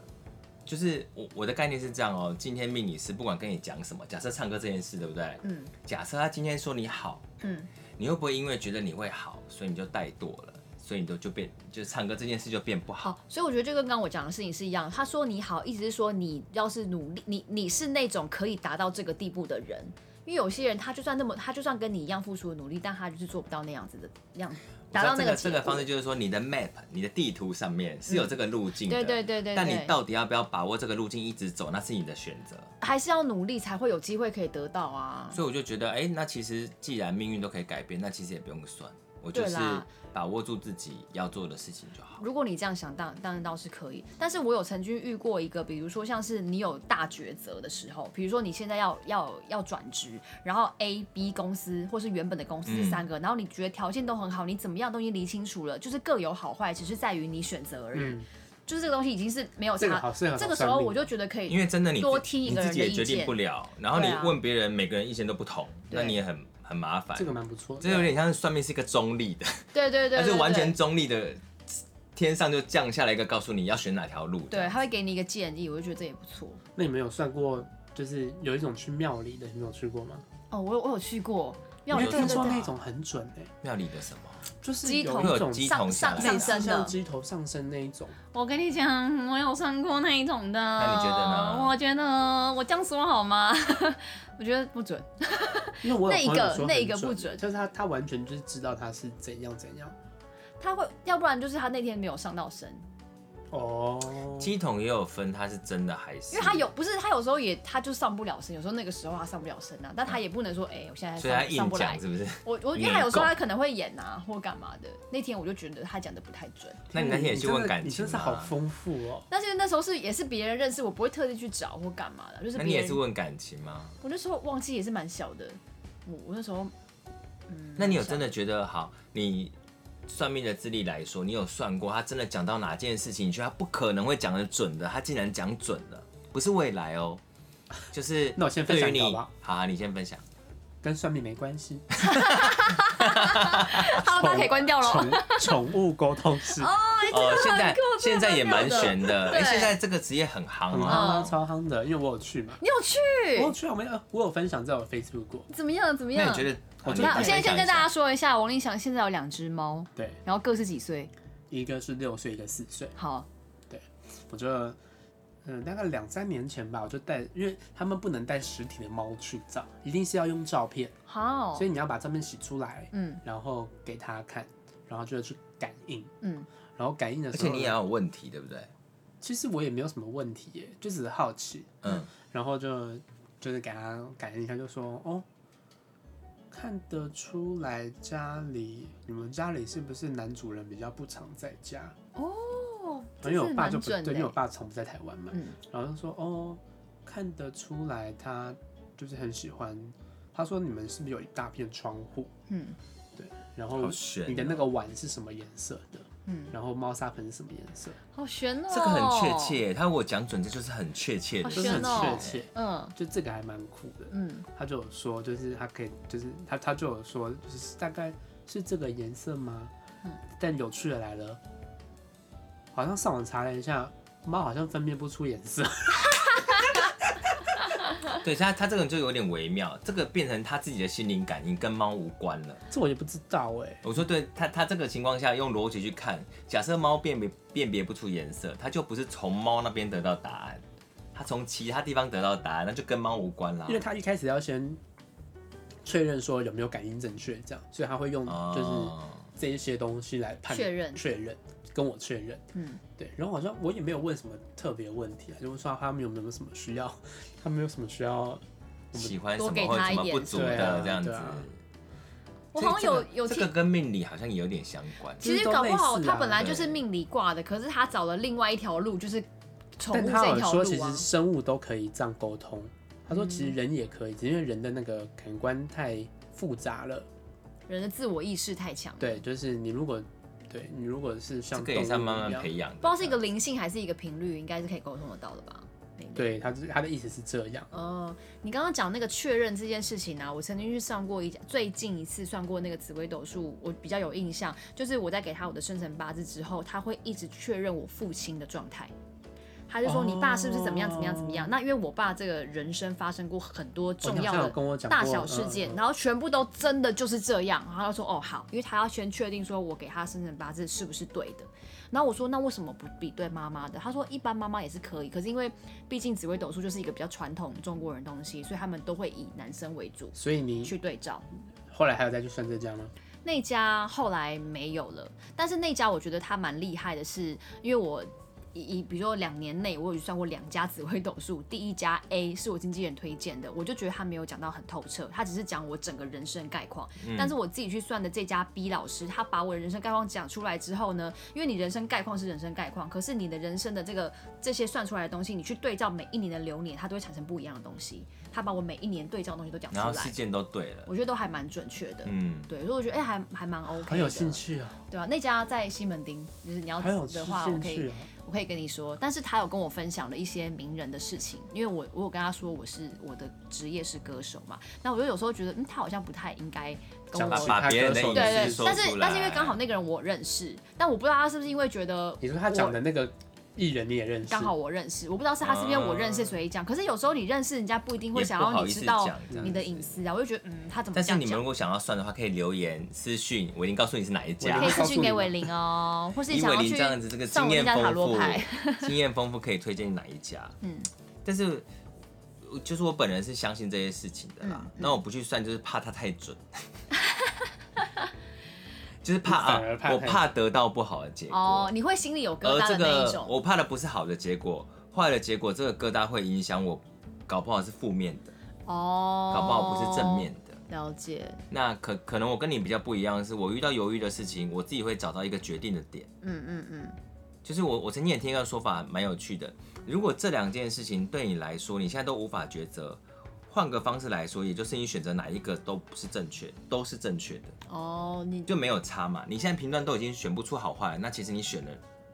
[SPEAKER 2] 就是我我的概念是这样哦、今天命理师不管跟你讲什么，假设唱歌这件事，对不对？
[SPEAKER 1] 嗯
[SPEAKER 2] 假设他今天说你好，
[SPEAKER 1] 嗯，
[SPEAKER 2] 你会不会因为觉得你会好，所以你就怠惰了，所以你都就变就是唱歌这件事就变不好？
[SPEAKER 1] 好，所以我觉得就跟刚刚我讲的事情是一样。他说你好，意思是说你要是努力，你你是那种可以达到这个地步的人。因为有些人他就算那么，他就算跟你一样付出了努力，但他就是做不到那样子的样，达到
[SPEAKER 2] 我知
[SPEAKER 1] 那
[SPEAKER 2] 道这个这个
[SPEAKER 1] 个结果嗯
[SPEAKER 2] 方式就是说，你的 map 你的地图上面是有这个路径的，
[SPEAKER 1] 对对对对对。
[SPEAKER 2] 但你到底要不要把握这个路径一直走，那是你的选择。
[SPEAKER 1] 还是要努力才会有机会可以得到啊。
[SPEAKER 2] 所以我就觉得，哎、那其实既然命运都可以改变，那其实也不用算，我就
[SPEAKER 1] 对
[SPEAKER 2] 是
[SPEAKER 1] 啦
[SPEAKER 2] 把握住自己要做的事情就好。
[SPEAKER 1] 如果你这样想，当当然倒是可以。但是我有曾经遇过一个，比如说像是你有大抉择的时候，比如说你现在要要要转职，然后 A、B 公司或是原本的公司
[SPEAKER 2] 嗯
[SPEAKER 1] 这三个，然后你觉得条件都很好，你怎么样都已经理清楚了，就是各有好坏，只是在于你选择而已。
[SPEAKER 3] 嗯，
[SPEAKER 1] 就是这个东西已经是没有
[SPEAKER 3] 这个
[SPEAKER 1] 差。
[SPEAKER 3] 好适合
[SPEAKER 1] 这
[SPEAKER 3] 找
[SPEAKER 1] 个时
[SPEAKER 3] 算
[SPEAKER 1] 候
[SPEAKER 3] 命
[SPEAKER 1] 我就觉得可以
[SPEAKER 2] 因为真的你
[SPEAKER 1] 多
[SPEAKER 2] 自
[SPEAKER 1] 听一
[SPEAKER 2] 你
[SPEAKER 1] 个
[SPEAKER 2] 自
[SPEAKER 1] 人
[SPEAKER 2] 己
[SPEAKER 1] 的
[SPEAKER 2] 也
[SPEAKER 1] 意
[SPEAKER 2] 决定
[SPEAKER 1] 见
[SPEAKER 2] 不了，然后你
[SPEAKER 1] 对啊
[SPEAKER 2] 问别人，每个人意见都不同，那
[SPEAKER 1] 对
[SPEAKER 2] 你也很很麻烦
[SPEAKER 3] 这。个蛮不错的，
[SPEAKER 2] 这有点像是算命是一个中立的，
[SPEAKER 1] 对对对
[SPEAKER 2] 它
[SPEAKER 1] 对
[SPEAKER 2] 是
[SPEAKER 1] 对
[SPEAKER 2] 完全中立的，天上就降下来一个告诉你要选哪条路。这
[SPEAKER 1] 对，
[SPEAKER 2] 样
[SPEAKER 1] 他会给你一个建议，我就觉得这也不错。
[SPEAKER 3] 那你们有算过，就是有一种去庙里的，你们有去过吗？
[SPEAKER 1] 哦，我有我有去过，庙
[SPEAKER 3] 我
[SPEAKER 1] 里
[SPEAKER 3] 觉
[SPEAKER 2] 有
[SPEAKER 3] 得
[SPEAKER 2] 去过
[SPEAKER 3] 听
[SPEAKER 1] 哦对对
[SPEAKER 3] 说
[SPEAKER 1] 对
[SPEAKER 3] 那种很准哎、
[SPEAKER 2] 庙里的什么？
[SPEAKER 3] 就是
[SPEAKER 1] 鸡
[SPEAKER 3] 有
[SPEAKER 1] 头
[SPEAKER 3] 一
[SPEAKER 2] 会有
[SPEAKER 3] 种
[SPEAKER 2] 鸡
[SPEAKER 1] 上
[SPEAKER 2] 头下啊
[SPEAKER 1] 上
[SPEAKER 2] 来
[SPEAKER 1] 上升
[SPEAKER 3] 像
[SPEAKER 1] 的，
[SPEAKER 3] 鸡头上升那一种，
[SPEAKER 4] 我跟你讲，我有上过那一种的。
[SPEAKER 2] 那你觉
[SPEAKER 1] 哦
[SPEAKER 2] 得呢
[SPEAKER 4] 我觉得我这样说好吗？
[SPEAKER 1] 我觉得不准。
[SPEAKER 3] 因为我有
[SPEAKER 1] 那一
[SPEAKER 3] 朋友
[SPEAKER 1] 个
[SPEAKER 3] 说
[SPEAKER 1] 那
[SPEAKER 3] 很
[SPEAKER 1] 一个不准
[SPEAKER 3] 就是他他完全就是知道他是怎样怎样
[SPEAKER 1] 他会，要不然就是他那天没有上到身，
[SPEAKER 3] 哦，
[SPEAKER 2] 鸡桶也有分，它是真的还是？
[SPEAKER 1] 因为他有不是他有时候也他就上不了身，有时候那个时候他上不了身啊，但他也不能说哎、我现在
[SPEAKER 2] 所以他
[SPEAKER 1] 上上
[SPEAKER 2] 硬
[SPEAKER 1] 不来
[SPEAKER 2] 讲。是不是？
[SPEAKER 1] 我我因为他有时候他可能会演啊或干嘛的，那天我就觉得他讲的不太准。
[SPEAKER 2] 那你那天也去
[SPEAKER 3] 真的
[SPEAKER 2] 问感
[SPEAKER 3] 你
[SPEAKER 2] 情啊
[SPEAKER 3] 真是好
[SPEAKER 2] 吗？
[SPEAKER 3] 丰富哦。
[SPEAKER 1] 但是那时候是也是别人认识我，不会特地去找或干嘛的，就是
[SPEAKER 2] 那你
[SPEAKER 1] 别
[SPEAKER 2] 也是
[SPEAKER 1] 人。
[SPEAKER 2] 问感情吗？
[SPEAKER 1] 我那时候忘记也是蛮小的，我我那时候，嗯。
[SPEAKER 2] 那你有真的觉得好？你算命的资历来说，你有算过他真的讲到哪件事情，你觉得他不可能会讲得准的，他竟然讲准了，不是未来哦，就是
[SPEAKER 3] 那我先分
[SPEAKER 2] 对于
[SPEAKER 3] 享一
[SPEAKER 2] 你
[SPEAKER 3] 个好不好
[SPEAKER 2] 好啊，你先分享。
[SPEAKER 3] 跟算命没关系，
[SPEAKER 1] 好，大家可以关掉喽。
[SPEAKER 3] 宠宠物沟通 师，
[SPEAKER 1] 哎
[SPEAKER 2] 哦，现 在现在也蛮
[SPEAKER 1] 妙的
[SPEAKER 2] 悬的，哎，
[SPEAKER 1] 对
[SPEAKER 2] 现在这个职业很夯
[SPEAKER 3] 很夯
[SPEAKER 2] 哦。
[SPEAKER 3] 啊，
[SPEAKER 1] 嗯
[SPEAKER 3] 超夯的，因为我有去嘛，
[SPEAKER 1] 你有去？
[SPEAKER 3] 我有去啊，我们呃我有分享在我 Facebook 过，
[SPEAKER 1] 怎么样？怎么
[SPEAKER 2] 那
[SPEAKER 1] 样？
[SPEAKER 2] 你觉得？
[SPEAKER 3] 我
[SPEAKER 2] 好
[SPEAKER 3] 觉
[SPEAKER 2] 你
[SPEAKER 3] 得
[SPEAKER 1] 那我
[SPEAKER 2] 分
[SPEAKER 1] 现
[SPEAKER 2] 享
[SPEAKER 1] 在先
[SPEAKER 2] 一
[SPEAKER 1] 跟大
[SPEAKER 2] 下
[SPEAKER 1] 家说一下，王林祥现在有两只猫，
[SPEAKER 3] 对，
[SPEAKER 1] 然后各是几岁？
[SPEAKER 3] 一个是六岁，一个四岁，
[SPEAKER 1] 好，
[SPEAKER 3] 我觉得，嗯，大概两三年前吧，我就带，因为他们不能带实体的猫去照，一定是要用照片，
[SPEAKER 1] 好
[SPEAKER 3] 所，以你要把照片洗出来，
[SPEAKER 1] 哦嗯
[SPEAKER 3] 然后给他看，然后就去感应，
[SPEAKER 1] 嗯，
[SPEAKER 3] 然后感应的
[SPEAKER 2] 而
[SPEAKER 3] 时候
[SPEAKER 2] 且
[SPEAKER 3] 呢，
[SPEAKER 2] 你也要有问题，对不对？
[SPEAKER 3] 其实我也没有什么问题耶，就只是好奇，
[SPEAKER 2] 嗯，
[SPEAKER 3] 然后就就是给他感应一下，就说哦。看得出来，家里你们家里是不是男主人比较不常在家？
[SPEAKER 1] 哦，
[SPEAKER 3] 因为我爸就
[SPEAKER 1] 这
[SPEAKER 3] 不
[SPEAKER 1] 是
[SPEAKER 3] 对，
[SPEAKER 1] 蛮
[SPEAKER 3] 因为我
[SPEAKER 1] 准的。欸
[SPEAKER 3] 爸从不在台湾嘛，
[SPEAKER 1] 嗯
[SPEAKER 3] 然后就说哦，看得出来他就是很喜欢。他说你们是不是有一大片窗户？
[SPEAKER 1] 嗯
[SPEAKER 3] 然后
[SPEAKER 2] 好悬
[SPEAKER 3] 你的
[SPEAKER 2] 哦，
[SPEAKER 3] 那个碗是什么颜色的？
[SPEAKER 1] 嗯，
[SPEAKER 3] 然后猫砂盆是什么颜色？
[SPEAKER 1] 好悬哦，
[SPEAKER 2] 这个很确。切，他如果讲准，这就是很确切的
[SPEAKER 1] 好
[SPEAKER 3] 就
[SPEAKER 2] 事
[SPEAKER 3] 是
[SPEAKER 2] 情，
[SPEAKER 1] 悬
[SPEAKER 3] 很确
[SPEAKER 1] 哦
[SPEAKER 3] 切，
[SPEAKER 1] 嗯
[SPEAKER 3] 就这个还蛮酷的。
[SPEAKER 1] 嗯，
[SPEAKER 3] 他就有说，就是他可以，就是他他就有说，就是大概是这个颜色吗？
[SPEAKER 1] 嗯
[SPEAKER 3] 但有趣的来了，好像上网查了一下，猫好像分辨不出颜色。
[SPEAKER 2] 对，他他这个就有点微妙，这个变成他自己的心灵感应，跟猫无关了。
[SPEAKER 3] 这我也不知道哎、
[SPEAKER 2] 我说对，他他这个情况下用逻辑去看，假设猫辨别辨别不出颜色，它就不是从猫那边得到答案，它从其他地方得到答案，那就跟猫无关啦
[SPEAKER 3] 因。为他一开始要先确认说有没有感应正确，这样，所以他会用就是
[SPEAKER 2] 哦
[SPEAKER 3] 这一些东西来判
[SPEAKER 1] 确认
[SPEAKER 3] 确认跟我确认，
[SPEAKER 1] 嗯，
[SPEAKER 3] 对。然后好像我也没有问什么特别问题啊，就是说他们有没有什么需要， 他们有什么需要，我们
[SPEAKER 2] 喜欢什
[SPEAKER 1] 多给
[SPEAKER 2] 么或者
[SPEAKER 1] 它
[SPEAKER 2] 什
[SPEAKER 1] 一
[SPEAKER 2] 么
[SPEAKER 1] 点
[SPEAKER 2] 不足
[SPEAKER 3] 对啊
[SPEAKER 2] 的这样子
[SPEAKER 3] 对啊，
[SPEAKER 1] 我好像
[SPEAKER 2] 这
[SPEAKER 1] 有
[SPEAKER 2] 这个
[SPEAKER 1] 有
[SPEAKER 2] 这个
[SPEAKER 1] 听。
[SPEAKER 2] 跟命理好像也有点相关。
[SPEAKER 1] 其实搞不好
[SPEAKER 3] 其实都类似啊
[SPEAKER 1] 他本来就是命理挂的，可是他找了另外一条路，就是宠
[SPEAKER 3] 但
[SPEAKER 1] 物
[SPEAKER 3] 他
[SPEAKER 1] 这
[SPEAKER 3] 有
[SPEAKER 1] 条
[SPEAKER 3] 说其实
[SPEAKER 1] 路啊。
[SPEAKER 3] 生物都可以这样沟通，他
[SPEAKER 1] 嗯
[SPEAKER 3] 说其实人也可以，只是因为人的那个感官太复杂了，
[SPEAKER 1] 人的自我意识太强，，
[SPEAKER 3] 对，就是你如果对你如果是
[SPEAKER 2] 这
[SPEAKER 3] 像
[SPEAKER 2] 个
[SPEAKER 3] 动物
[SPEAKER 2] 也
[SPEAKER 3] 一
[SPEAKER 2] 是要慢
[SPEAKER 3] 样，
[SPEAKER 2] 慢培养的，
[SPEAKER 1] 不知道是一
[SPEAKER 3] 嗯
[SPEAKER 1] 个灵性还是一个频率，应该是可以沟通得到的吧？
[SPEAKER 3] 对，他就是他的意思是这样，
[SPEAKER 1] 哦，你刚刚讲那个确认这件事情啊，我曾经去上过一最近一次算过那个紫微斗数，我比较有印象，就是我在给他我的生辰八字之后，他会一直确认我父亲的状态。他就说
[SPEAKER 3] 哦
[SPEAKER 1] 你爸是不是怎么样怎么样怎么样？那因为我爸这个人生发生过很多重要
[SPEAKER 3] 哦你好像
[SPEAKER 1] 的
[SPEAKER 3] 有跟我讲过
[SPEAKER 1] 大小事件
[SPEAKER 3] 嗯，嗯
[SPEAKER 1] 然后全部都真的就是这样。然后他就说哦好，因为他要先确定说我给他生辰八字是不是对的。然后我说那为什么不比对妈妈的？他说一般妈妈也是可以，可是因为毕竟紫微斗数就是一个比较传统中国人东西，所以他们都会以男生为主
[SPEAKER 3] 所以你
[SPEAKER 1] 去对照。
[SPEAKER 3] 后来还有再去算这家吗？
[SPEAKER 1] 那家后来没有了，但是那家我觉得他蛮厉害的是，因为我以以比如说两年内我有算过两家紫微斗数，第一家 A 是我经纪人推荐的，我就觉得他没有讲到很透彻，他只是讲我整个人生概况。
[SPEAKER 2] 嗯
[SPEAKER 1] 但是我自己去算的这家 B 老师，他把我的人生概况讲出来之后呢，因为你人生概况是人生概况，可是你的人生的这个这些算出来的东西，你去对照每一年的流年，它都会产生不一样的东西。他把我每一年对照的东西都讲出
[SPEAKER 2] 然后事
[SPEAKER 1] 来，
[SPEAKER 2] 件都对了，
[SPEAKER 1] 我觉得都还蛮准确的。
[SPEAKER 2] 嗯，
[SPEAKER 1] 对，所以我觉得哎、还还蛮 OK 的，啊
[SPEAKER 3] 很有兴趣哦，
[SPEAKER 1] 对啊，那家在西门町，就是你要
[SPEAKER 3] 还有
[SPEAKER 1] 的话，我可以
[SPEAKER 3] 哦，
[SPEAKER 1] 我可以跟你说，但是他有跟我分享了一些名人的事情，因为我我有跟他说我是我的职业是歌手嘛，那我就有时候觉得，嗯，他好像不太应该跟
[SPEAKER 3] 讲
[SPEAKER 1] 我
[SPEAKER 2] 把
[SPEAKER 3] 其他
[SPEAKER 2] 把别人的
[SPEAKER 3] 歌手
[SPEAKER 2] 隐
[SPEAKER 3] 的
[SPEAKER 1] 对
[SPEAKER 2] 私
[SPEAKER 1] 对，
[SPEAKER 2] 说
[SPEAKER 1] 但
[SPEAKER 2] 出
[SPEAKER 1] 是
[SPEAKER 2] 来。
[SPEAKER 1] 但是因为刚好那个人我认识，但我不知道他是不是因为觉得
[SPEAKER 3] 你说他讲的那个艺人你也认识，
[SPEAKER 1] 刚好我认识，我不知道是他是因为我认识
[SPEAKER 2] 啊
[SPEAKER 1] 所以讲。可是有时候你认识人家不一定会
[SPEAKER 2] 也
[SPEAKER 1] 想
[SPEAKER 2] 不好
[SPEAKER 1] 要
[SPEAKER 2] 意
[SPEAKER 1] 你
[SPEAKER 2] 思
[SPEAKER 1] 知道
[SPEAKER 2] 讲这样
[SPEAKER 1] 你的
[SPEAKER 2] 子
[SPEAKER 1] 隐私啊，我就觉得嗯，他怎么
[SPEAKER 2] 但
[SPEAKER 1] 这
[SPEAKER 2] 是
[SPEAKER 1] 样
[SPEAKER 2] 你们
[SPEAKER 1] 讲
[SPEAKER 2] 如？果想要算的话，可以留言私讯，我已经告诉你是哪一
[SPEAKER 3] 我
[SPEAKER 2] 家
[SPEAKER 1] 可
[SPEAKER 3] 已经
[SPEAKER 1] 以私讯
[SPEAKER 3] 告诉你
[SPEAKER 1] 给
[SPEAKER 3] 了
[SPEAKER 1] 伟林哦，或是你
[SPEAKER 2] 以
[SPEAKER 1] 想
[SPEAKER 2] 伟
[SPEAKER 1] 要
[SPEAKER 2] 林
[SPEAKER 1] 去
[SPEAKER 2] 这样子，这个
[SPEAKER 1] 上
[SPEAKER 2] 经
[SPEAKER 1] 我
[SPEAKER 2] 验
[SPEAKER 1] 们家塔
[SPEAKER 2] 丰
[SPEAKER 1] 罗
[SPEAKER 2] 富
[SPEAKER 1] 牌，
[SPEAKER 2] 经验丰富可以推荐哪一家？
[SPEAKER 1] 嗯，
[SPEAKER 2] 但是我就是我本人是相信这些事情的啦
[SPEAKER 1] 嗯嗯，
[SPEAKER 2] 那我不去算就是怕它太 准，就是怕
[SPEAKER 3] 你
[SPEAKER 2] 啊
[SPEAKER 3] 反而怕，太
[SPEAKER 2] 我怕得到不好的结
[SPEAKER 1] 哦
[SPEAKER 2] 果，，
[SPEAKER 1] 你会心里有疙
[SPEAKER 2] 而
[SPEAKER 1] 瘩
[SPEAKER 2] 这
[SPEAKER 1] 的那一
[SPEAKER 2] 个
[SPEAKER 1] 种。
[SPEAKER 2] 我怕的不是好的结果，坏的结果这个疙瘩会影响我，搞不好是负面的，
[SPEAKER 1] 哦，
[SPEAKER 2] 搞不好不是正面。的。
[SPEAKER 1] 了解，
[SPEAKER 2] 那可可能我跟你比较不一样的是，我遇到犹豫的事情，我自己会找到一个决定的点。
[SPEAKER 1] 嗯嗯嗯，
[SPEAKER 2] 就是我我曾经也听一个说法蛮有趣的，如果这两件事情对你来说你现在都无法抉择，换个方式来说，也就是你选择哪一个都不是正确，都是正确的，
[SPEAKER 1] 哦，你
[SPEAKER 2] 就没有差嘛。你现在评断都已经选不出好坏了，那其实你选了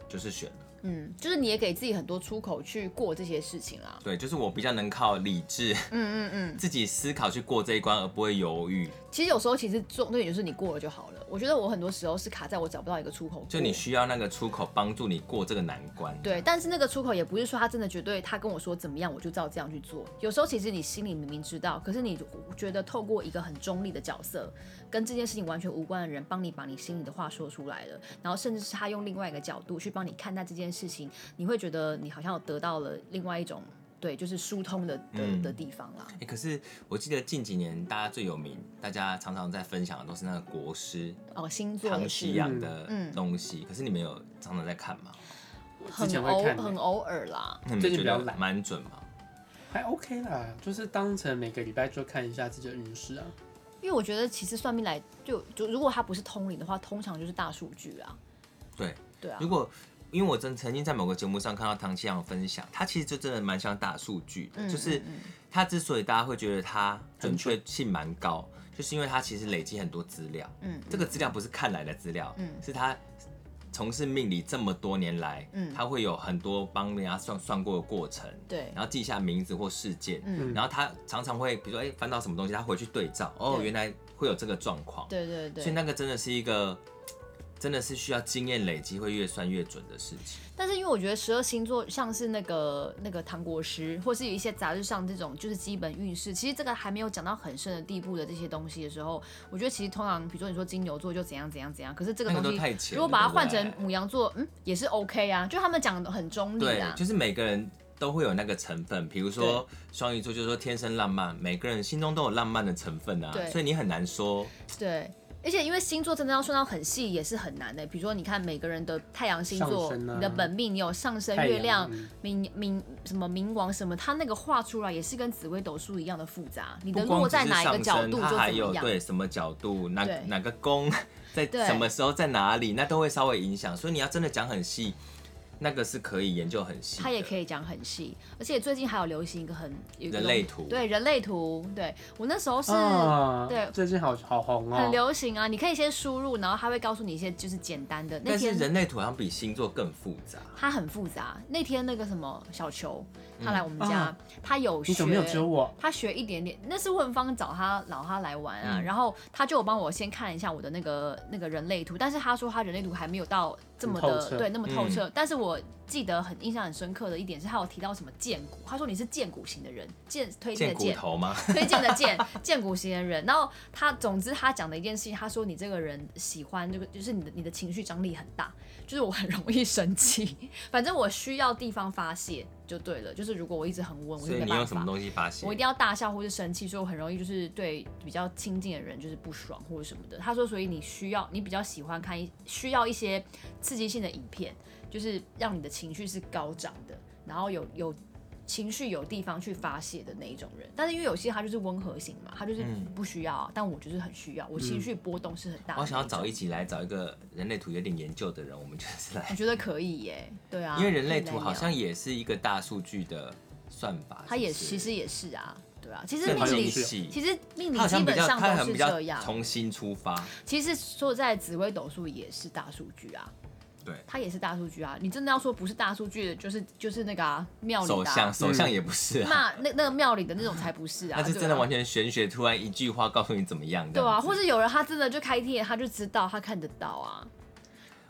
[SPEAKER 2] 就是选了。
[SPEAKER 1] 嗯，就是你也给自己很多出口去过这些事情啦。
[SPEAKER 2] 对，就是我比较能靠理智
[SPEAKER 1] 嗯嗯嗯，
[SPEAKER 2] 自己思考去过这一关，而不会犹豫。
[SPEAKER 1] 其实有时候其实重点就是你过了就好了。我觉得我很多时候是卡在我找不到一个出口过，
[SPEAKER 2] 就你需要那个出口帮助你过这个难关。
[SPEAKER 1] 对，但是那个出口也不是说他真的绝对，他跟我说怎么样，我就照这样去做。有时候其实你心里明明知道，可是你觉得透过一个很中立的角色，跟这件事情完全无关的人，帮你把你心里的话说出来了，然后甚至是他用另外一个角度去帮你看待这件事情，你会觉得你好像有得到了另外一种对，就是疏通的的
[SPEAKER 2] 嗯
[SPEAKER 1] 的地方啦。
[SPEAKER 2] 欸可是我记得近几年大家最有名，大家常常在分享的都是那个国师
[SPEAKER 1] 哦，星座
[SPEAKER 2] 唐
[SPEAKER 1] 也
[SPEAKER 2] 西
[SPEAKER 3] 啊
[SPEAKER 1] 是
[SPEAKER 2] 洋的
[SPEAKER 1] 嗯
[SPEAKER 2] 东西。可是你们有常常在看吗？
[SPEAKER 3] 之
[SPEAKER 1] 很
[SPEAKER 3] 前会
[SPEAKER 1] 偶
[SPEAKER 3] 看
[SPEAKER 1] 很
[SPEAKER 3] 欸
[SPEAKER 1] 偶尔啦。
[SPEAKER 2] 那你
[SPEAKER 3] 最
[SPEAKER 2] 们觉
[SPEAKER 3] 近比较
[SPEAKER 2] 得
[SPEAKER 3] 懒
[SPEAKER 2] 蛮准吗？
[SPEAKER 3] 还 OK 啦，就是当成每个礼拜就看一下自己的运势啊。
[SPEAKER 1] 因为我觉得其实算命来就就如果他不是通灵的话，通常就是大数据啊。
[SPEAKER 2] 对，
[SPEAKER 1] 对啊，
[SPEAKER 2] 如果因为我真曾经在某个节目上看到唐西阳分享，他其实就真的蛮像大数据
[SPEAKER 1] 嗯
[SPEAKER 2] 的，就是他之所以大家会觉得他准确性蛮高，就是因为他其实累积很多资料。
[SPEAKER 1] 嗯
[SPEAKER 2] 这个资料不是看来的资料，
[SPEAKER 1] 嗯
[SPEAKER 2] 是他从事命理这么多年来，
[SPEAKER 1] 嗯
[SPEAKER 2] 他会有很多帮人家算算过的过程，
[SPEAKER 1] 对
[SPEAKER 2] 然后记下名字或事件，
[SPEAKER 1] 嗯
[SPEAKER 2] 然后他常常会，比如说哎、翻到什么东西，他回去对照，哦，
[SPEAKER 1] 对
[SPEAKER 2] 原来会有这个状况，
[SPEAKER 1] 对对对。
[SPEAKER 2] 所以那个真的是一个，真的是需要经验累积，会越算越准的事情。
[SPEAKER 1] 但是因为我觉得十二星座像是那个那个唐国师，或是有一些杂志上这种就是基本运势，其实这个还没有讲到很深的地步的这些东西的时候，我觉得其实通常比如说你说金牛座就怎样怎样怎样，可是这个
[SPEAKER 2] 那个
[SPEAKER 1] 东
[SPEAKER 2] 都太
[SPEAKER 1] 西
[SPEAKER 2] 浅
[SPEAKER 1] 如果
[SPEAKER 2] 了
[SPEAKER 1] 把它
[SPEAKER 2] 对不
[SPEAKER 1] 换
[SPEAKER 2] 对
[SPEAKER 1] 成母羊座，嗯，也是 OK 啊，就他们讲的很中立
[SPEAKER 2] 对
[SPEAKER 1] 啊，，
[SPEAKER 2] 就是每个人都会有那个成分，比如说双鱼座就是说天生浪漫，每个人心中都有浪漫的成分啊
[SPEAKER 1] 对，
[SPEAKER 2] 所以你很难说。
[SPEAKER 1] 对。而且因为星座真的要算到很细也是很难的，比如说你看每个人的太阳星座、
[SPEAKER 3] 上升啊
[SPEAKER 1] 你的本命，你有上升、
[SPEAKER 3] 太阳
[SPEAKER 1] 月亮
[SPEAKER 3] 嗯、
[SPEAKER 1] 冥冥什么冥王什么，它那个画出来也是跟紫微斗数一样的复杂，你的
[SPEAKER 2] 不
[SPEAKER 1] 落
[SPEAKER 2] 光只
[SPEAKER 1] 在
[SPEAKER 2] 是
[SPEAKER 1] 哪一
[SPEAKER 2] 上
[SPEAKER 1] 个
[SPEAKER 2] 升，
[SPEAKER 1] 角度就
[SPEAKER 2] 它
[SPEAKER 1] 怎
[SPEAKER 2] 还
[SPEAKER 1] 么
[SPEAKER 2] 有
[SPEAKER 1] 样。
[SPEAKER 2] 对什么角度，哪
[SPEAKER 1] 对
[SPEAKER 2] 哪个宫在
[SPEAKER 1] 对
[SPEAKER 2] 什么时候在哪里，那都会稍微影响。所以你要真的讲很细，那个是可以研究很细的。
[SPEAKER 1] 它也可以讲很细，而且最近还有流行一个很有一个
[SPEAKER 2] 人类图哦
[SPEAKER 1] 对人类图，对我那时候是、
[SPEAKER 3] 啊
[SPEAKER 1] 对
[SPEAKER 3] 最近好好红
[SPEAKER 1] 很
[SPEAKER 3] 哦。
[SPEAKER 1] 流行啊，你可以先输入，然后它会告诉你一些就是简单的。那
[SPEAKER 2] 但是
[SPEAKER 1] 天
[SPEAKER 2] 人类图好像比星座更复杂。
[SPEAKER 1] 它很复杂，那天那个什么小球，他来我们
[SPEAKER 3] 嗯
[SPEAKER 1] 家，
[SPEAKER 3] 啊
[SPEAKER 1] 他有
[SPEAKER 3] 你
[SPEAKER 1] 学
[SPEAKER 3] 怎么没有揪我？
[SPEAKER 1] 他学一点点，那是问方找他老他来玩
[SPEAKER 3] 嗯
[SPEAKER 1] 啊，然后他就有帮我先看一下我的那个那个人类图，但是他说他人类图还没有到这么
[SPEAKER 3] 很透
[SPEAKER 1] 的
[SPEAKER 3] 彻嗯
[SPEAKER 1] 对那么透彻，但是我记得很印象很深刻的一点是他有提到什么荐股，他说你是荐股型的人，荐推荐
[SPEAKER 2] 见
[SPEAKER 1] 的
[SPEAKER 2] 骨
[SPEAKER 1] 荐，
[SPEAKER 2] 头吗？
[SPEAKER 1] 推荐的 荐荐股型的人，然后他总之他讲的一件事情，他说你这个人喜欢这个，就是你的你的情绪张力很大，就是我很容易生气，反正我需要地方发泄就对了，就是如果我一直很温，我就
[SPEAKER 2] 所以
[SPEAKER 1] 没
[SPEAKER 2] 你用
[SPEAKER 1] 办
[SPEAKER 2] 什么
[SPEAKER 1] 法。
[SPEAKER 2] 东西发现？
[SPEAKER 1] 我一定要大笑或是生气，所以我很容易就是对比较亲近的人就是不爽或者什么的。他说，所以你需要你比较喜欢看一需要一些刺激性的影片，就是让你的情绪是高涨的，然后有有情绪有地方去发泄的那一种人。但是因为有些他就是温和型嘛，他就是
[SPEAKER 2] 嗯
[SPEAKER 1] 不需要啊、但我就是很需要，我情绪波动是很大的那种、
[SPEAKER 2] 我嗯想要找一起来找一个人类图有点研究的人，我们就是
[SPEAKER 1] 我
[SPEAKER 2] 来，
[SPEAKER 1] 觉得可以耶，对 啊，
[SPEAKER 2] 因为人类
[SPEAKER 1] 可以
[SPEAKER 2] 图
[SPEAKER 1] 来
[SPEAKER 2] 好像
[SPEAKER 1] 聊
[SPEAKER 2] 也是一个大数据的算法。
[SPEAKER 1] 他也
[SPEAKER 2] 是不
[SPEAKER 1] 其
[SPEAKER 2] 是
[SPEAKER 1] 实也是啊。对啊，其实
[SPEAKER 2] 更
[SPEAKER 1] 命
[SPEAKER 2] 精
[SPEAKER 1] 理，
[SPEAKER 2] 细
[SPEAKER 1] 其实命理
[SPEAKER 2] 它好
[SPEAKER 1] 基
[SPEAKER 2] 像比
[SPEAKER 1] 本
[SPEAKER 2] 较，
[SPEAKER 1] 上
[SPEAKER 2] 它
[SPEAKER 1] 都
[SPEAKER 2] 很
[SPEAKER 1] 是
[SPEAKER 2] 比
[SPEAKER 1] 这
[SPEAKER 2] 较
[SPEAKER 1] 样，啊
[SPEAKER 2] 从新出发。
[SPEAKER 1] 其实说在紫微斗数也是大数据啊，
[SPEAKER 2] 对，
[SPEAKER 1] 它也是大数据啊。你真的要说不是大数据的，就是就是那个啊庙里
[SPEAKER 2] 首
[SPEAKER 1] 的、啊
[SPEAKER 2] 相，首相也不是啊，
[SPEAKER 1] 那那那个庙里的那种才不是啊。
[SPEAKER 2] 那是
[SPEAKER 1] 对
[SPEAKER 2] 真的
[SPEAKER 1] 啊
[SPEAKER 2] 完全玄学，突然一句话告诉你怎么样。
[SPEAKER 1] 对
[SPEAKER 2] 这
[SPEAKER 1] 啊，
[SPEAKER 2] 样子
[SPEAKER 1] 或是有人他真的就开天眼，他就知道，他看得到啊。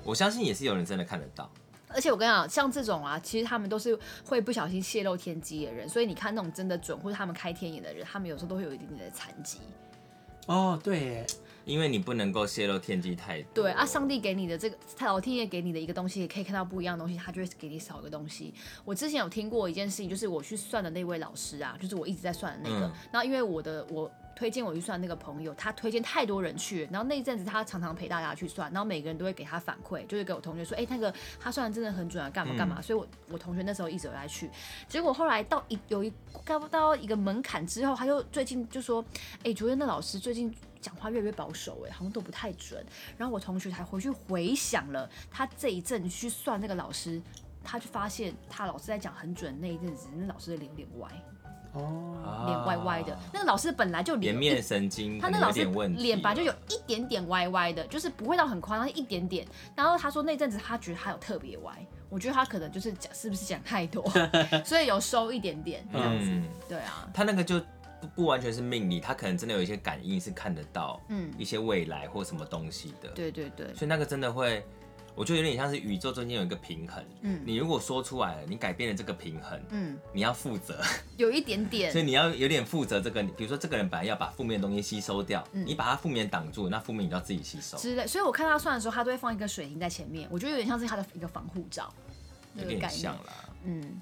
[SPEAKER 2] 我相信也是有人真的看得到。
[SPEAKER 1] 而且我跟你讲，像这种啊，其实他们都是会不小心泄露天机的人，所以你看那种真的准或者他们开天眼的人，他们有时候都会有一点点的残疾。
[SPEAKER 3] 哦，对耶，
[SPEAKER 2] 因为你不能够泄露天机太多。
[SPEAKER 1] 对啊，上帝给你的这个老天爷给你的一个东西，也可以看到不一样的东西，他就会给你少一个东西。我之前有听过一件事情，就是我去算的那位老师啊，就是我一直在算的那个，
[SPEAKER 2] 嗯
[SPEAKER 1] 然后因为我的我。推荐我去算那个朋友，他推荐太多人去，然后那一阵子他常常陪大家去算，然后每个人都会给他反馈，就是给我同学说，哎、那个他算的真的很准啊，干嘛干嘛，所以我我同学那时候一直有来去，结果后来到一有一到到一个门槛之后，他就最近就说，哎、觉得那老师最近讲话越来越保守、哎，好像都不太准。然后我同学才回去回想了他这一阵去算那个老师，他就发现他老师在讲很准的那一阵子，那老师的脸有点歪，
[SPEAKER 3] 哦，
[SPEAKER 2] 啊
[SPEAKER 1] 脸歪歪的。那个老师本来就
[SPEAKER 2] 颜
[SPEAKER 1] 脸有
[SPEAKER 2] 面
[SPEAKER 1] 一，
[SPEAKER 2] 神经
[SPEAKER 1] 他
[SPEAKER 2] 可
[SPEAKER 1] 那
[SPEAKER 2] 能
[SPEAKER 1] 老
[SPEAKER 2] 有
[SPEAKER 1] 师
[SPEAKER 2] 点问题，啊
[SPEAKER 1] 脸本来就有。一点点歪歪的，就是不会到很夸张，一点点。然后他说那阵子他觉得他有特别歪，我觉得他可能就是讲是不是讲 太多，所以有收一点点这样子。
[SPEAKER 2] 嗯，
[SPEAKER 1] 对啊，
[SPEAKER 2] 他那个就不不完全是命理，他可能真的有一些感应是看得到
[SPEAKER 1] 嗯，
[SPEAKER 2] 一些未来或什么东西的。，
[SPEAKER 1] 对对对，
[SPEAKER 2] 所以那个真的会，我觉得有点像是宇宙中间有一个平衡。
[SPEAKER 1] 嗯
[SPEAKER 2] 你如果说出来了，你改变了这个平衡，
[SPEAKER 1] 嗯，
[SPEAKER 2] 你要负责，
[SPEAKER 1] 有一点点
[SPEAKER 2] 所以。你要有点负责这个。比如说，这个人本来要把负面的东西吸收掉，
[SPEAKER 1] 嗯
[SPEAKER 2] 你把他负面挡住，那负面你就要自己吸收，
[SPEAKER 1] 之类。所以我看他算的时候，他都会放一个水银在前面，我觉得有点像是他的一个防护罩，
[SPEAKER 2] 有
[SPEAKER 1] 那个
[SPEAKER 2] 点
[SPEAKER 1] 概念
[SPEAKER 2] 像。啦。
[SPEAKER 1] 嗯，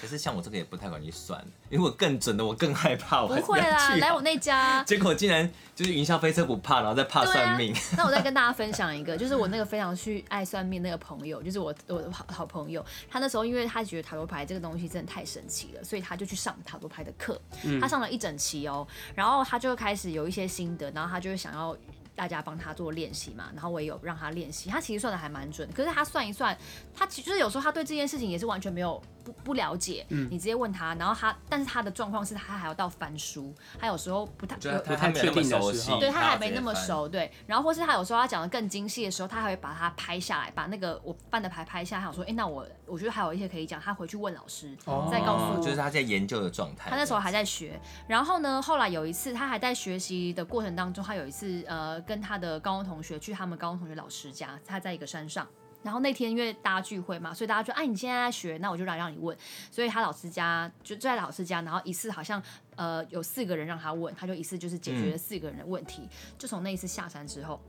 [SPEAKER 2] 可是像我这个也不太敢去算，因为我更准的，我更害怕。我
[SPEAKER 1] 不
[SPEAKER 2] 还是
[SPEAKER 1] 会
[SPEAKER 2] 要
[SPEAKER 1] 啦，
[SPEAKER 2] 去
[SPEAKER 1] 来
[SPEAKER 2] 好
[SPEAKER 1] 我那家。
[SPEAKER 2] 结果竟然就是云霄飞车不怕，然后再怕
[SPEAKER 1] 对
[SPEAKER 2] 算命。
[SPEAKER 1] 啊，那我再跟大家分享一个，就是我那个非常去爱算命那个朋友，就是我我的好好朋友，他那时候因为他觉得塔罗牌这个东西真的太神奇了，所以他就去上塔罗牌的课，
[SPEAKER 2] 嗯
[SPEAKER 1] 他上了一整期哦，然后他就开始有一些心得，然后他就想要大家帮他做练习嘛，然后我也有让他练习，他其实算的还蛮准，可是他算一算，他其实有时候他对这件事情也是完全没有不不了解，
[SPEAKER 2] 嗯
[SPEAKER 1] 你直接问他，然后他但是他的状况是他还要到翻书，他有时候不太
[SPEAKER 2] 就是
[SPEAKER 1] 有
[SPEAKER 2] 他
[SPEAKER 3] 不太
[SPEAKER 2] 还没有那么
[SPEAKER 3] 确定的
[SPEAKER 2] 熟
[SPEAKER 3] 时
[SPEAKER 2] 悉
[SPEAKER 3] 候
[SPEAKER 1] 对他还
[SPEAKER 2] 要
[SPEAKER 1] 没
[SPEAKER 2] 直接
[SPEAKER 1] 那么
[SPEAKER 2] 翻。
[SPEAKER 1] 熟，对。然后或是他有时候他讲的更精细的时候，他还会把它拍下来，把那个我翻的牌拍下来，想说，哎、那我我觉得还有一些可以讲，他回去问老师，
[SPEAKER 3] 哦
[SPEAKER 1] 再告诉我。
[SPEAKER 2] 就是他在研究的状态。
[SPEAKER 1] 他那时候还在学，然后呢，后来有一次他还在学习的过程当中，他有一次呃跟他的高中同学去他们高中同学老师家，他在一个山上。然后那天因为大家聚会嘛，所以大家就哎、你现在在学，那我就来让你问。所以他老师家就就在老师家，然后一次好像呃有四个人让他问，他就一次就是解决了四个人的问题。就从那一次下山之后，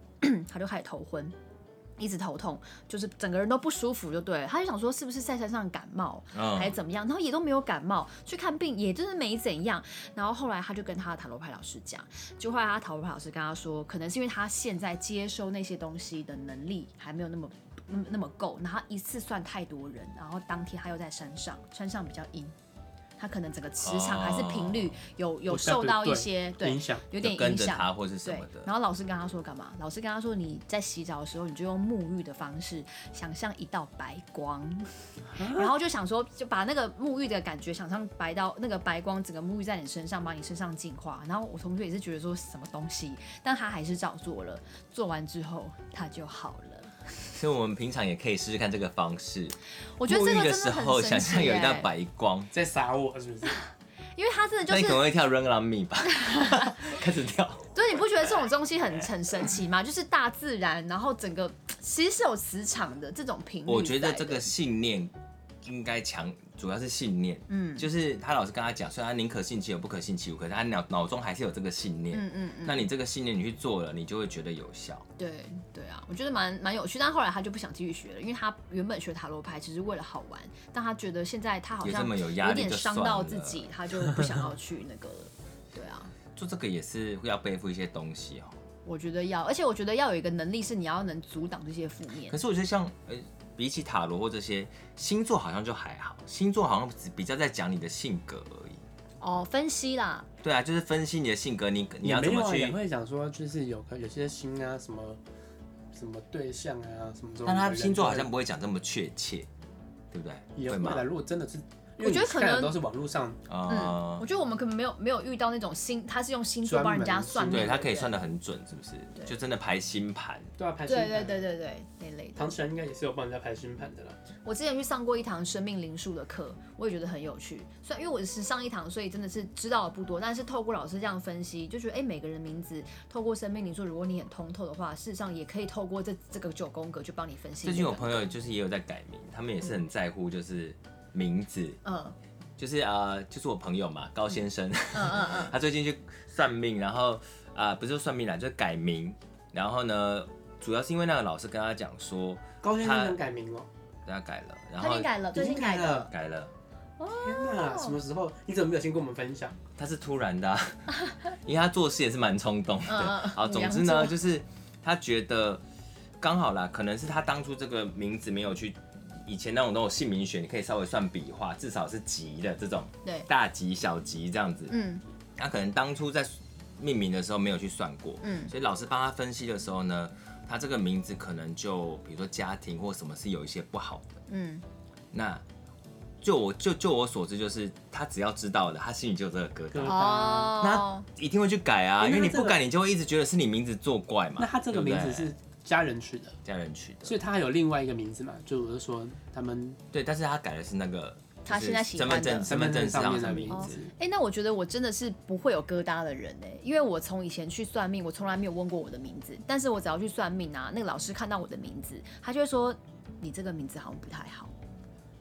[SPEAKER 1] 他就开始头昏。一直头痛，就是整个人都不舒服，就对了。他就想说，是不是在山上感冒，
[SPEAKER 2] 嗯
[SPEAKER 1] 还是怎么样？然后也都没有感冒，去看病也就是没怎样。然后后来他就跟他的塔罗牌老师讲，就后来他塔罗牌老师跟他说，可能是因为他现在接收那些东西的能力还没有那么那么那么够，然后一次算太多人，然后当天他又在山上，山上比较阴，他可能整个磁场还是频率
[SPEAKER 2] 哦
[SPEAKER 1] 有、有
[SPEAKER 3] 不太
[SPEAKER 1] 受到
[SPEAKER 3] 对
[SPEAKER 1] 一些对
[SPEAKER 3] 影响
[SPEAKER 1] 有点
[SPEAKER 2] 就嗯跟
[SPEAKER 1] 影
[SPEAKER 2] 着
[SPEAKER 1] 响。
[SPEAKER 2] 他或是什
[SPEAKER 1] 对
[SPEAKER 2] 么，的，
[SPEAKER 1] 然后老师跟他说干嘛？老师跟他说你在洗澡的时候，你就用沐浴的方式想象一道白光，
[SPEAKER 2] 啊
[SPEAKER 1] 然后就想说就把那个沐浴的感觉想象白到那个白光，整个沐浴在你身上，把你身上净化。然后我同学也是觉得说什么东西，但他还是照做了。做完之后他就好了。
[SPEAKER 2] 所以我们平常也可以试试看这个方式。
[SPEAKER 1] 我
[SPEAKER 2] 我
[SPEAKER 1] 觉得这个
[SPEAKER 2] 的
[SPEAKER 1] 真
[SPEAKER 2] 时
[SPEAKER 1] 的
[SPEAKER 2] 候
[SPEAKER 1] 很
[SPEAKER 2] 想
[SPEAKER 1] 神
[SPEAKER 2] 象
[SPEAKER 1] 奇
[SPEAKER 2] 有一道
[SPEAKER 1] 耶，
[SPEAKER 2] 白光，
[SPEAKER 3] 在撒我是 不是？
[SPEAKER 1] 因为他真的就
[SPEAKER 2] 那你
[SPEAKER 1] 是
[SPEAKER 2] 可能会跳 Run on Me 吧，开始跳。
[SPEAKER 1] 所以你不觉得这种东西很很神奇吗？就是大自然，然后整个其实是有磁场的这种频率在的。
[SPEAKER 2] 我觉得这个信念应该强，主要是信念。
[SPEAKER 1] 嗯
[SPEAKER 2] 就是他老师跟他讲，虽然他宁可信其有，不可信其无，可是他脑脑中还是有这个信念。
[SPEAKER 1] 嗯嗯嗯，
[SPEAKER 2] 那你这个信念你去做了，你就会觉得有效。
[SPEAKER 1] 对对啊，我觉得蛮蛮有趣，但后来他就不想继续学了，因为他原本学塔罗牌只是为了好玩，但他觉得现在他好
[SPEAKER 2] 有
[SPEAKER 1] 像
[SPEAKER 2] 这么有压力
[SPEAKER 1] 点
[SPEAKER 2] 就
[SPEAKER 1] 伤
[SPEAKER 2] 算
[SPEAKER 1] 到
[SPEAKER 2] 了
[SPEAKER 1] 自己，他就不想 要去那个了。对啊，
[SPEAKER 2] 做这个也是会要背负一些东西哦。
[SPEAKER 1] 我觉得要，而且我觉得要有一个能力是你要能阻挡这些负面
[SPEAKER 2] 可。是我觉得像呃，比起塔罗或这些星座好像就还好，星座好像只比较在讲你的性格而已。
[SPEAKER 1] 哦，分析啦，
[SPEAKER 2] 对啊，就是分析你的性格，你你要
[SPEAKER 3] 也
[SPEAKER 2] 怎
[SPEAKER 3] 没有
[SPEAKER 2] 么
[SPEAKER 3] 啊也
[SPEAKER 2] 去？
[SPEAKER 3] 会讲说，就是有个有些星啊，什么什么对象啊，什么什么。
[SPEAKER 2] 但他星座好像不会讲这么确切，对不对？
[SPEAKER 3] 也
[SPEAKER 2] 会
[SPEAKER 3] 会
[SPEAKER 2] 吗
[SPEAKER 3] 的。？如果真的是因为
[SPEAKER 1] 我觉得
[SPEAKER 3] 你
[SPEAKER 1] 可
[SPEAKER 3] 看的
[SPEAKER 1] 能
[SPEAKER 3] 都是网络上
[SPEAKER 1] 嗯，
[SPEAKER 2] 啊
[SPEAKER 1] 我，觉得我们可能没有没有遇到那种星，他是用星座
[SPEAKER 3] 专
[SPEAKER 1] 帮人
[SPEAKER 3] 门
[SPEAKER 1] 家
[SPEAKER 3] 的
[SPEAKER 1] 算
[SPEAKER 3] 星
[SPEAKER 1] 命
[SPEAKER 2] 对
[SPEAKER 1] 的
[SPEAKER 2] 他可以
[SPEAKER 1] 人
[SPEAKER 2] 算的很准，是不是？
[SPEAKER 1] 对
[SPEAKER 2] 就真的排星盘，
[SPEAKER 3] 对啊，排星
[SPEAKER 1] 对
[SPEAKER 3] 盘。
[SPEAKER 1] 对对对对那类的
[SPEAKER 3] 唐。启阳应该也是有帮人家排星盘的啦。
[SPEAKER 1] 我之前去上过一堂生命灵数的课，我也觉得很有趣。虽然因为我是上一堂，所以真的是知道的不多，但是透过老师这样分析，就觉得哎、诶每个人名字透过生命灵数，如果你很通透的话，事实上也可以透过这这个九宫格去帮你分析
[SPEAKER 2] 最
[SPEAKER 1] 每个人。
[SPEAKER 2] 近我朋友就是也有在改名，他们也是很在乎就是名字，
[SPEAKER 1] 嗯
[SPEAKER 2] 就是呃，就是我朋友嘛，高先生，
[SPEAKER 1] 嗯嗯嗯，
[SPEAKER 2] 他最近去算命，然后啊、不是说算命啦，就是改名，然后呢，主要是因为那个老师跟他讲说，
[SPEAKER 3] 高先
[SPEAKER 2] 他
[SPEAKER 3] 生能改名哦、
[SPEAKER 2] 跟他改了，然
[SPEAKER 1] 他已
[SPEAKER 2] 后
[SPEAKER 1] 经改了，
[SPEAKER 3] 已
[SPEAKER 1] 嗯最
[SPEAKER 3] 经
[SPEAKER 1] 近
[SPEAKER 3] 改
[SPEAKER 1] 改的。
[SPEAKER 3] 了。
[SPEAKER 2] 改了，
[SPEAKER 3] 天哪，什么时候？你怎么没有先跟我们分享？
[SPEAKER 2] 他是突然的啊、 因为他做事也是蛮冲动的。
[SPEAKER 1] 嗯嗯
[SPEAKER 2] 好，
[SPEAKER 1] 母
[SPEAKER 2] 总
[SPEAKER 1] 羊
[SPEAKER 2] 之呢，
[SPEAKER 1] 座
[SPEAKER 2] 就是他觉得刚好啦，可能是他当初这个名字没有去以前那种那种姓名学，你可以稍微算笔画，至少是吉的这种，
[SPEAKER 1] 对
[SPEAKER 2] 大吉小吉这样子。
[SPEAKER 1] 嗯
[SPEAKER 2] 他可能当初在命名的时候没有去算过，
[SPEAKER 1] 嗯
[SPEAKER 2] 所以老师帮他分析的时候呢，他这个名字可能就比如说家庭或什么是有一些不好的。
[SPEAKER 1] 嗯，
[SPEAKER 2] 那就我就就我所知，就是他只要知道了，他心里就有这个疙瘩
[SPEAKER 3] 疙。
[SPEAKER 1] 嗯
[SPEAKER 3] 瘩
[SPEAKER 1] 哦，
[SPEAKER 2] 一定会去改啊，
[SPEAKER 3] 欸
[SPEAKER 2] 因为
[SPEAKER 3] 那
[SPEAKER 2] 你
[SPEAKER 3] 他这
[SPEAKER 2] 不
[SPEAKER 3] 个
[SPEAKER 2] 改，你就会一直觉得是你名字作怪嘛。
[SPEAKER 3] 那他这个
[SPEAKER 2] 对
[SPEAKER 3] 名
[SPEAKER 2] 不对
[SPEAKER 3] 字是家人取的，
[SPEAKER 2] 家人取的，
[SPEAKER 3] 所以他还有另外一个名字嘛？就我就说他们
[SPEAKER 2] 对，但是他改的是那个
[SPEAKER 1] 他
[SPEAKER 2] 就是
[SPEAKER 1] 现在喜
[SPEAKER 2] 身
[SPEAKER 1] 欢
[SPEAKER 2] 份
[SPEAKER 1] 的
[SPEAKER 2] 证身
[SPEAKER 3] 身
[SPEAKER 2] 份
[SPEAKER 3] 份
[SPEAKER 2] 证
[SPEAKER 3] 证上
[SPEAKER 2] 上
[SPEAKER 3] 面
[SPEAKER 2] 什
[SPEAKER 3] 的
[SPEAKER 2] 么
[SPEAKER 3] 名
[SPEAKER 2] 名字
[SPEAKER 3] 字，
[SPEAKER 1] 哎、那我觉得我真的是不会有疙瘩的人呢、因为我从以前去算命，我从来没有问过我的名字，但是我只要去算命啊，那个老师看到我的名字，他就会说你这个名字好像不太好，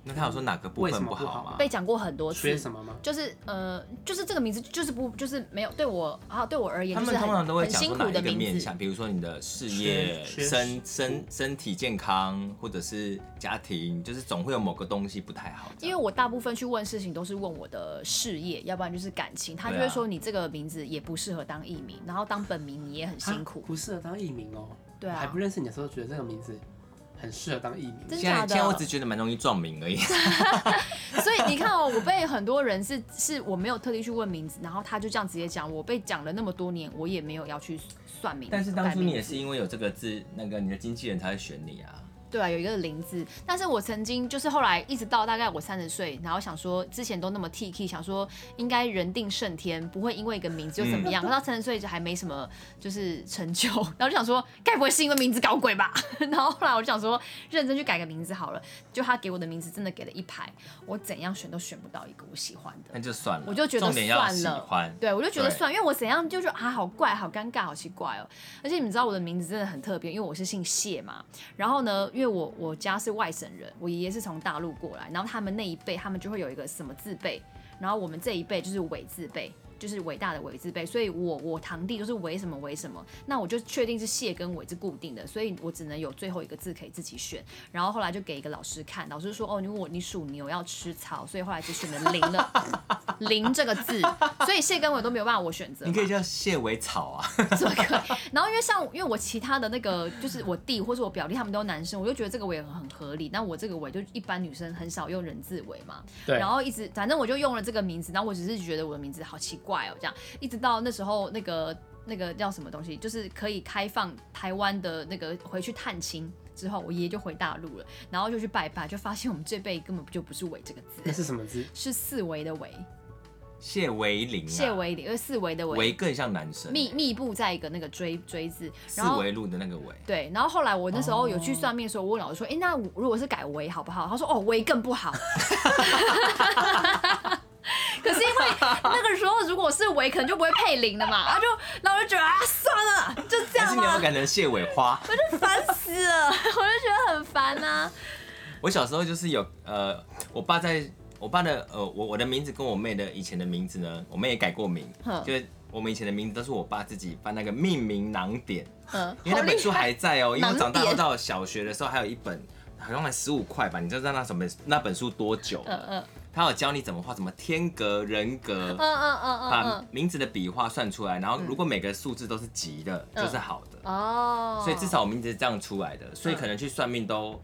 [SPEAKER 2] 那他有说哪个部
[SPEAKER 3] 为什
[SPEAKER 2] 分
[SPEAKER 3] 么不
[SPEAKER 2] 好
[SPEAKER 3] 好
[SPEAKER 2] 吗？
[SPEAKER 1] 被讲过很多次
[SPEAKER 3] 缺。什么吗？
[SPEAKER 1] 就是呃，就是这个名字就是不就是没有对我啊对我而言，
[SPEAKER 2] 他
[SPEAKER 1] 就是
[SPEAKER 2] 们
[SPEAKER 1] 很
[SPEAKER 2] 通常都会
[SPEAKER 1] 很
[SPEAKER 2] 讲
[SPEAKER 1] 辛
[SPEAKER 2] 说哪
[SPEAKER 1] 苦
[SPEAKER 2] 一
[SPEAKER 1] 的
[SPEAKER 2] 个
[SPEAKER 1] 名
[SPEAKER 2] 面
[SPEAKER 1] 字
[SPEAKER 2] 向，。比如说你的事业、
[SPEAKER 3] 缺缺
[SPEAKER 2] 身身身体健康，或者是家庭，就是总会有某个东西不太好这
[SPEAKER 1] 因为
[SPEAKER 2] 样。
[SPEAKER 1] 我大部分去问事情都是问我的事业，要不然就是感情，他就
[SPEAKER 2] 对
[SPEAKER 1] 会
[SPEAKER 2] 啊
[SPEAKER 1] 说你这个名字也不适合当艺名，然后当本名你也很辛苦
[SPEAKER 3] 啊。不适合当艺名哦、
[SPEAKER 1] 对
[SPEAKER 3] 还
[SPEAKER 1] 啊
[SPEAKER 3] 不，认识你的时候，觉得这个名字很适合当艺名。
[SPEAKER 1] 真
[SPEAKER 2] 现在
[SPEAKER 1] 假
[SPEAKER 2] 现在我只
[SPEAKER 1] 的？
[SPEAKER 2] 觉得蛮容易撞名而已。
[SPEAKER 1] 所以你看哦，我被很多人是是我没有特地去问名字，然后他就这样直接讲，我被讲了那么多年，我也没有要去算命。
[SPEAKER 2] 但是当
[SPEAKER 1] 改
[SPEAKER 2] 初
[SPEAKER 1] 名
[SPEAKER 2] 你也是因为有这个字，那个你的经纪人才会选你啊。
[SPEAKER 1] 对啊，有一个零字。但是我曾经就是后来一直到大概我三十岁，然后想说之前都那么 T K，想说应该人定胜天，不会因为一个名字就怎么样。可到三十岁就还没什么就是成就， 然后就想说该不会是因为名字搞鬼吧？ 然后后来我就想说认真去改个名字好了。就他给我的名字真的给了一排，我怎样选都选不到一个我喜欢的
[SPEAKER 2] 那。就算了，
[SPEAKER 1] 我就觉得
[SPEAKER 2] 重点要
[SPEAKER 1] 算
[SPEAKER 2] 喜
[SPEAKER 1] 了
[SPEAKER 2] 欢，
[SPEAKER 1] 对，我就觉得
[SPEAKER 2] 对
[SPEAKER 1] 算，因为我怎样就觉得啊，好怪，好尴尬，好奇怪哦。而且你们知道我的名字真的很特别，因为我是姓谢嘛。然后呢，因为我我家是外省人，我爷爷是从大陆过来，然后他们那一辈他们就会有一个什么字辈，然后我们这一辈就是伟字辈。就是伟大的伟字辈，所以我我堂弟就是伟什么伟什么，那我就确定是谢跟伟是固定的，所以我只能有最后一个字可以自己选。然后后来就给一个老师看，老师说哦，如果你属牛要吃草，所以后来只选了零了。零这个字，所以谢跟我都没有办法我选择
[SPEAKER 2] 你
[SPEAKER 1] 嘛，
[SPEAKER 2] 可以叫谢伟草啊。
[SPEAKER 1] 怎 么可以？然后因为像因为我其他的那个就是我弟或是我表弟他们都男生，我就觉得这个我也很合理。那我这个我就一般女生很少用人字尾嘛，
[SPEAKER 3] 对
[SPEAKER 1] 然后一直反正我就用了这个名字，然后我只是觉得我的名字好奇怪哦，这样一直到那时候那个那个叫什么东西，就是可以开放台湾的那个回去探亲。之后，我爷爷就回大陆了，然后就去拜拜，就发现我们这辈根本就不是“伟”这个
[SPEAKER 3] 那
[SPEAKER 1] 字，
[SPEAKER 3] 是什么字？
[SPEAKER 1] 是四维的“维
[SPEAKER 2] 谢维林、”，啊，
[SPEAKER 1] 谢维里，呃，四维的“维”，
[SPEAKER 2] 维更像男生，
[SPEAKER 1] 密密布在一个那个锥锥字，
[SPEAKER 2] 四
[SPEAKER 1] 然后
[SPEAKER 2] 维路的那个维，
[SPEAKER 1] 对，然后后来我那时候
[SPEAKER 2] 哦
[SPEAKER 1] 有去算命的时候，我问老师说，哎、那我如果是改为好不好？他说，哦，为更不好。 可是因为那个时候如果是为，可能就不会配零了嘛，他就然后我就觉得啊，算了，就这
[SPEAKER 2] 还
[SPEAKER 1] 样
[SPEAKER 2] 是你要
[SPEAKER 1] 吧，
[SPEAKER 2] 改成谢伟花？
[SPEAKER 1] 烦死了，我 就觉得很烦啊。
[SPEAKER 2] 我小时候就是有呃，我爸在我爸的呃，我我的名字跟我妹的以前的名字呢，我妹也改过名，
[SPEAKER 1] 哼
[SPEAKER 2] 就是我们以前的名字都是我爸自己翻那个命名囊典，
[SPEAKER 1] 嗯，
[SPEAKER 2] 因为
[SPEAKER 1] 好
[SPEAKER 2] 那本
[SPEAKER 1] 厉
[SPEAKER 2] 书
[SPEAKER 1] 害，
[SPEAKER 2] 还在哦、因为我长大
[SPEAKER 1] 囊典
[SPEAKER 2] 到小学的时候还有一本。好像才十五块吧，你知道那什么那本书多久？
[SPEAKER 1] 嗯嗯
[SPEAKER 2] 他有教你怎么画什么天格、人格，
[SPEAKER 1] 嗯嗯嗯嗯
[SPEAKER 2] 把名字的笔画算出来，然
[SPEAKER 5] 嗯
[SPEAKER 2] 后如果每个数字都是吉的，
[SPEAKER 1] 嗯
[SPEAKER 2] 就是好的。
[SPEAKER 1] 嗯，哦，
[SPEAKER 2] 所以至少我名字是这样出来的，所以可能去算命都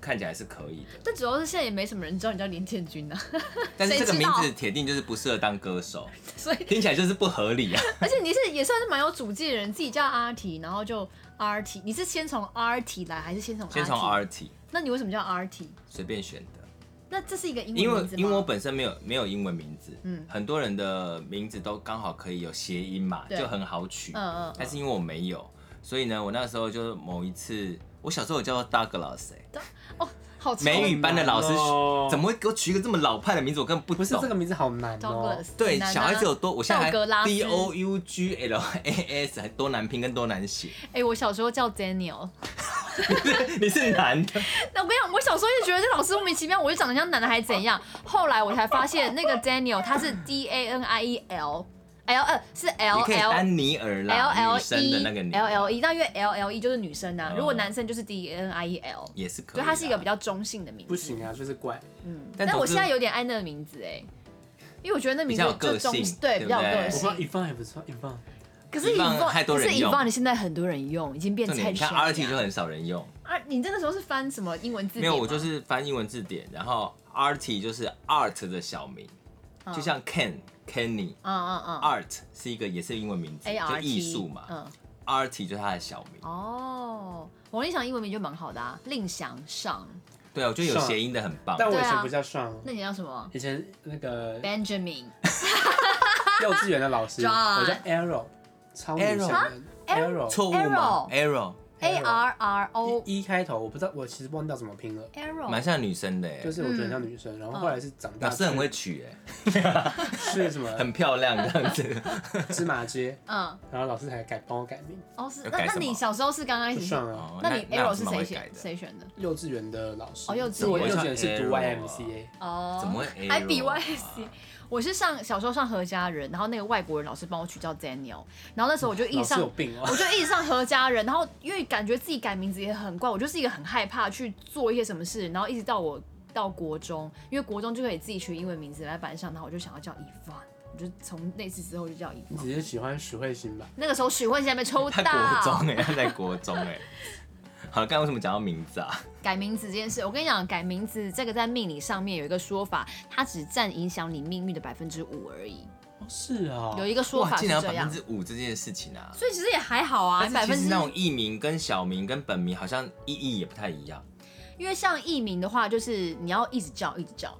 [SPEAKER 2] 看起来是可以的。
[SPEAKER 1] 但主要是现在也没什么人知道你叫连建军啊，
[SPEAKER 2] 但是这个
[SPEAKER 1] 谁知
[SPEAKER 2] 名
[SPEAKER 1] 道
[SPEAKER 2] 字铁定就是不适合当 歌手，
[SPEAKER 1] 所以
[SPEAKER 2] 听起来就是不合理啊。
[SPEAKER 1] 而且你是也算是蛮有主见的人，自己叫 R T，然后就 R T，你是先从 R T 来还是先从 R T？
[SPEAKER 2] 先从 RT
[SPEAKER 1] 那你为什么叫 R T？
[SPEAKER 2] 随便选的，
[SPEAKER 5] 那这是一个英
[SPEAKER 2] 因
[SPEAKER 5] 文
[SPEAKER 2] 为
[SPEAKER 5] 名字吗？
[SPEAKER 2] 因为我本身没有没有英文名字，
[SPEAKER 5] 嗯
[SPEAKER 2] 很多人的名字都刚好可以有谐音嘛，
[SPEAKER 5] 对
[SPEAKER 2] 就很好取。
[SPEAKER 5] 嗯嗯嗯
[SPEAKER 2] 但是因为我没有，所以呢，我那时候就某一次，我小时候有叫 Douglas，、欸、
[SPEAKER 1] 好丑
[SPEAKER 2] 美语班的老师
[SPEAKER 3] 哦
[SPEAKER 2] 怎么会给我取一个这么老派的名字？我根本不懂。
[SPEAKER 3] 不是这个名字好难哦、
[SPEAKER 1] Douglas
[SPEAKER 2] 对，
[SPEAKER 1] 很难啊
[SPEAKER 2] 小孩子有多，我现在还
[SPEAKER 1] 道格拉斯
[SPEAKER 2] D O U G L A S 还多难拼跟多难 写，
[SPEAKER 1] 哎、我小时候叫 Daniel，
[SPEAKER 2] 你是男的，
[SPEAKER 1] 那我跟你讲，我小时候就觉得这老师莫名其妙，我就长得像男的还是怎样？后来我才发现那个 Daniel 他是 D A N I E L L 呃是 L
[SPEAKER 2] 你可以
[SPEAKER 1] L
[SPEAKER 2] 丹尼尔
[SPEAKER 1] L
[SPEAKER 2] 啦，
[SPEAKER 1] L
[SPEAKER 2] 女生的那个
[SPEAKER 1] E
[SPEAKER 2] 女
[SPEAKER 1] L L E，那因为 L L E 就是女生啊，
[SPEAKER 2] 哦
[SPEAKER 1] 如果男生就是 D A N I E L，
[SPEAKER 2] 也是可以
[SPEAKER 1] 所
[SPEAKER 2] 啦。
[SPEAKER 1] 以它是一个比较中性的名字。
[SPEAKER 3] 不行啊，就是怪。
[SPEAKER 1] 嗯，
[SPEAKER 2] 但
[SPEAKER 1] 但
[SPEAKER 2] 总
[SPEAKER 1] 我
[SPEAKER 2] 之
[SPEAKER 1] 现在有点爱那个名字哎，因为我觉得那名字
[SPEAKER 2] 比较有
[SPEAKER 1] 就
[SPEAKER 2] 个
[SPEAKER 1] 中
[SPEAKER 2] 性
[SPEAKER 1] 对
[SPEAKER 2] 对
[SPEAKER 1] 比
[SPEAKER 2] 不
[SPEAKER 1] 较有个
[SPEAKER 2] 对
[SPEAKER 3] 我
[SPEAKER 1] 性
[SPEAKER 3] 放。一放还不错，一放
[SPEAKER 5] 可是
[SPEAKER 2] Yvonne
[SPEAKER 5] Yvonne-
[SPEAKER 2] 太多
[SPEAKER 5] 可是
[SPEAKER 2] 人用
[SPEAKER 5] Yvonne 你现在很多人用，已经变
[SPEAKER 2] 重点，
[SPEAKER 5] 菜
[SPEAKER 2] 你
[SPEAKER 5] 市
[SPEAKER 2] 看
[SPEAKER 5] 场
[SPEAKER 2] R T 就
[SPEAKER 5] 了
[SPEAKER 2] 很少人用，
[SPEAKER 1] 啊，你那个时候是翻什么英文字
[SPEAKER 2] 没
[SPEAKER 1] 典吗？
[SPEAKER 2] 有，我就是翻英文字典，然后 R T 就是 Art 的小名，就像 Ken、Kenny。
[SPEAKER 1] 嗯嗯嗯
[SPEAKER 2] Art 是一个也是英文名字，
[SPEAKER 1] A
[SPEAKER 2] 就
[SPEAKER 1] R T
[SPEAKER 2] 艺术嘛。
[SPEAKER 1] 嗯，
[SPEAKER 2] R T 就是他的小名。
[SPEAKER 1] 哦，王令祥英文名就蛮好的啊，令祥上。
[SPEAKER 2] 对啊，我觉得有
[SPEAKER 3] 上
[SPEAKER 2] 谐音的很棒。
[SPEAKER 3] 但我以
[SPEAKER 1] 对
[SPEAKER 3] 前
[SPEAKER 1] 啊
[SPEAKER 3] 不叫上，
[SPEAKER 1] 那你叫什么
[SPEAKER 3] 以前那个
[SPEAKER 1] ？Benjamin
[SPEAKER 3] 幼稚园的老师，
[SPEAKER 1] John
[SPEAKER 3] 我叫 Arrow，超女生
[SPEAKER 2] Arrow
[SPEAKER 1] 啊
[SPEAKER 3] 的 Arrow，
[SPEAKER 2] 错误吗？Arrow
[SPEAKER 1] A R R O
[SPEAKER 3] 一一开头，我不知道，我其实忘掉怎么拼
[SPEAKER 1] 嗯
[SPEAKER 3] 了。
[SPEAKER 2] 蛮
[SPEAKER 1] Arrow，
[SPEAKER 2] 像女生的耶，
[SPEAKER 3] 就是我觉得很像女生，
[SPEAKER 1] 嗯
[SPEAKER 3] 然后后来是长大
[SPEAKER 2] 老
[SPEAKER 3] 去，
[SPEAKER 2] 师很会取耶，
[SPEAKER 3] 是什么
[SPEAKER 2] 很漂亮这样子。
[SPEAKER 3] 芝麻街，
[SPEAKER 1] 嗯，
[SPEAKER 3] 然后老师还改帮我改名，
[SPEAKER 1] 哦是
[SPEAKER 2] 要，
[SPEAKER 1] 那
[SPEAKER 2] 改
[SPEAKER 1] 那
[SPEAKER 2] 什么
[SPEAKER 1] 你小时候是刚开
[SPEAKER 3] 就
[SPEAKER 1] 始，
[SPEAKER 3] 算了。
[SPEAKER 2] 哦
[SPEAKER 1] 那你
[SPEAKER 2] 那
[SPEAKER 1] Arrow
[SPEAKER 2] 老师
[SPEAKER 1] 是
[SPEAKER 2] 蛮会
[SPEAKER 1] 谁
[SPEAKER 2] 改
[SPEAKER 1] 选
[SPEAKER 2] 的？
[SPEAKER 1] 谁选的？
[SPEAKER 3] 幼稚园的老师，
[SPEAKER 1] 哦幼稚
[SPEAKER 3] 是我
[SPEAKER 1] 园
[SPEAKER 3] 幼稚园是读
[SPEAKER 2] 怎么会
[SPEAKER 3] YMCA，
[SPEAKER 1] 哦，
[SPEAKER 2] 怎么会
[SPEAKER 1] 还
[SPEAKER 2] Arrow
[SPEAKER 1] 比 Y
[SPEAKER 2] 啊
[SPEAKER 1] C？我是上小时候上何家人，然后那个外国人老师帮我取叫 Daniel，然后那时候我就
[SPEAKER 3] 老
[SPEAKER 1] 意
[SPEAKER 3] 师
[SPEAKER 1] 上
[SPEAKER 3] 有病哦
[SPEAKER 1] 我。就一直上何家人，然后因为感觉自己改名字也很怪，我就是一个很害怕去做一些什么事，然后一直到我到国中，因为国中就可以自己取英文名字来班上，然后我就想要叫 Evan，我就从那次之后就叫
[SPEAKER 3] 你
[SPEAKER 1] Evan。
[SPEAKER 3] 只是喜欢许慧欣吧？
[SPEAKER 1] 那个时候许慧贤还没抽
[SPEAKER 2] 他
[SPEAKER 1] 到，
[SPEAKER 2] 国中哎，他在国中哎。 好，刚刚为什么讲到名字啊？
[SPEAKER 1] 改名字这件事，我跟你讲，改名字这个在命理上面有一个说法，它只占影响你命运的百分之五而已。
[SPEAKER 3] 哦，是啊
[SPEAKER 1] 有一个说
[SPEAKER 2] 哇，
[SPEAKER 1] 法是
[SPEAKER 2] 竟然
[SPEAKER 1] 这
[SPEAKER 2] 百分
[SPEAKER 1] 样，
[SPEAKER 2] 之五这件事情啊！
[SPEAKER 1] 所以其实也还好啊，百
[SPEAKER 2] 但是
[SPEAKER 1] 分
[SPEAKER 2] 其
[SPEAKER 1] 之
[SPEAKER 2] 实那种艺名跟小名跟本名好像意义也不太一样。
[SPEAKER 1] 因为像艺名的话，就是你要一直叫，一直叫，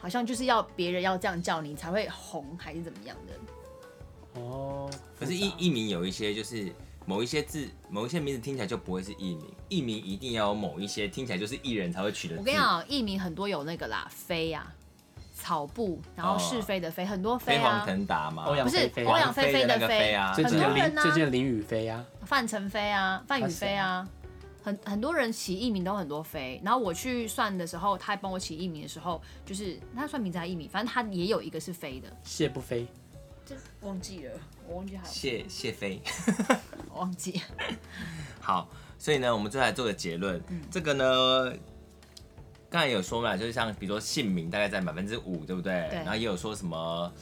[SPEAKER 1] 好像就是要别人要这样叫你才会红，还是怎么样的？
[SPEAKER 3] 哦，
[SPEAKER 2] 可是艺艺名有一些就是某一些字、某一些名字听起来就不会是艺名，艺名一定要有某一些听起来就是艺人才会取的字。
[SPEAKER 1] 我跟你，讲，艺名很多有那个啦，飞啊，草布，然后是非的非，很多
[SPEAKER 2] 哦飞
[SPEAKER 1] 飞
[SPEAKER 2] 黄
[SPEAKER 1] 啊，
[SPEAKER 2] 腾达嘛，
[SPEAKER 3] 欧阳
[SPEAKER 1] 不是
[SPEAKER 3] 飞飞啊
[SPEAKER 1] 欧阳菲菲
[SPEAKER 2] 的那
[SPEAKER 1] 的
[SPEAKER 2] 个飞啊，
[SPEAKER 3] 最近的
[SPEAKER 1] 很多人
[SPEAKER 3] 林
[SPEAKER 1] 啊
[SPEAKER 3] 最近的林雨菲啊，
[SPEAKER 1] 范成飞啊，范宇飞啊，很很多人起艺名都很多飞。然后我去算的时候，他还帮我起艺名的时候，就是他算名字还艺名，反正他也有一个是飞的，
[SPEAKER 3] 谢不飞，
[SPEAKER 1] 这忘记了，我忘记还有，
[SPEAKER 2] 谢谢飞。
[SPEAKER 1] 我 忘记。
[SPEAKER 2] 好，所以呢，我们最后来做个结论，
[SPEAKER 1] 嗯
[SPEAKER 2] 这个呢。刚才有说嘛，就是像比如说姓名大概在百分之五，对不对？
[SPEAKER 1] 对
[SPEAKER 2] 然后也有说什么，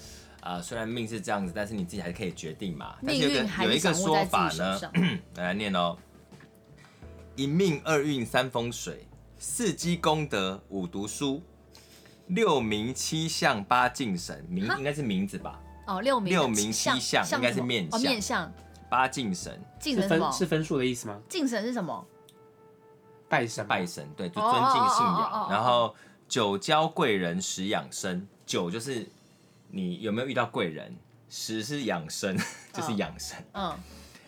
[SPEAKER 2] 啊、虽然命是这样子，但是你自己还是可以决定嘛。但
[SPEAKER 1] 命
[SPEAKER 2] 是有
[SPEAKER 1] 运
[SPEAKER 2] 个
[SPEAKER 1] 还
[SPEAKER 2] 有一
[SPEAKER 1] 是
[SPEAKER 2] 个
[SPEAKER 1] 掌握
[SPEAKER 2] 说
[SPEAKER 1] 在自
[SPEAKER 2] 法
[SPEAKER 1] 己手
[SPEAKER 2] 呢，
[SPEAKER 1] 上。
[SPEAKER 2] 来来念哦。一命二运三风水，四积功德五读书，六名七相八敬神，名
[SPEAKER 1] 哈
[SPEAKER 2] 应该是名字吧？
[SPEAKER 1] 哦，六名
[SPEAKER 2] 六名
[SPEAKER 1] 像
[SPEAKER 2] 七相
[SPEAKER 1] 像
[SPEAKER 2] 应该是
[SPEAKER 1] 什么
[SPEAKER 2] 面
[SPEAKER 1] 哦，
[SPEAKER 2] 相
[SPEAKER 1] 面相
[SPEAKER 2] 八敬神，
[SPEAKER 1] 敬
[SPEAKER 3] 是
[SPEAKER 1] 神什
[SPEAKER 3] 分
[SPEAKER 1] 么？
[SPEAKER 3] 是分数的意思吗？
[SPEAKER 1] 敬神是什么？
[SPEAKER 3] 拜神吗
[SPEAKER 2] 拜神对，就
[SPEAKER 1] 哦
[SPEAKER 2] 尊敬信
[SPEAKER 1] 哦哦哦哦
[SPEAKER 2] 仰。
[SPEAKER 1] 哦
[SPEAKER 2] 然后九交贵人十养生，九就是你有没有遇到贵人，十是养生， 就是养生。
[SPEAKER 1] 嗯，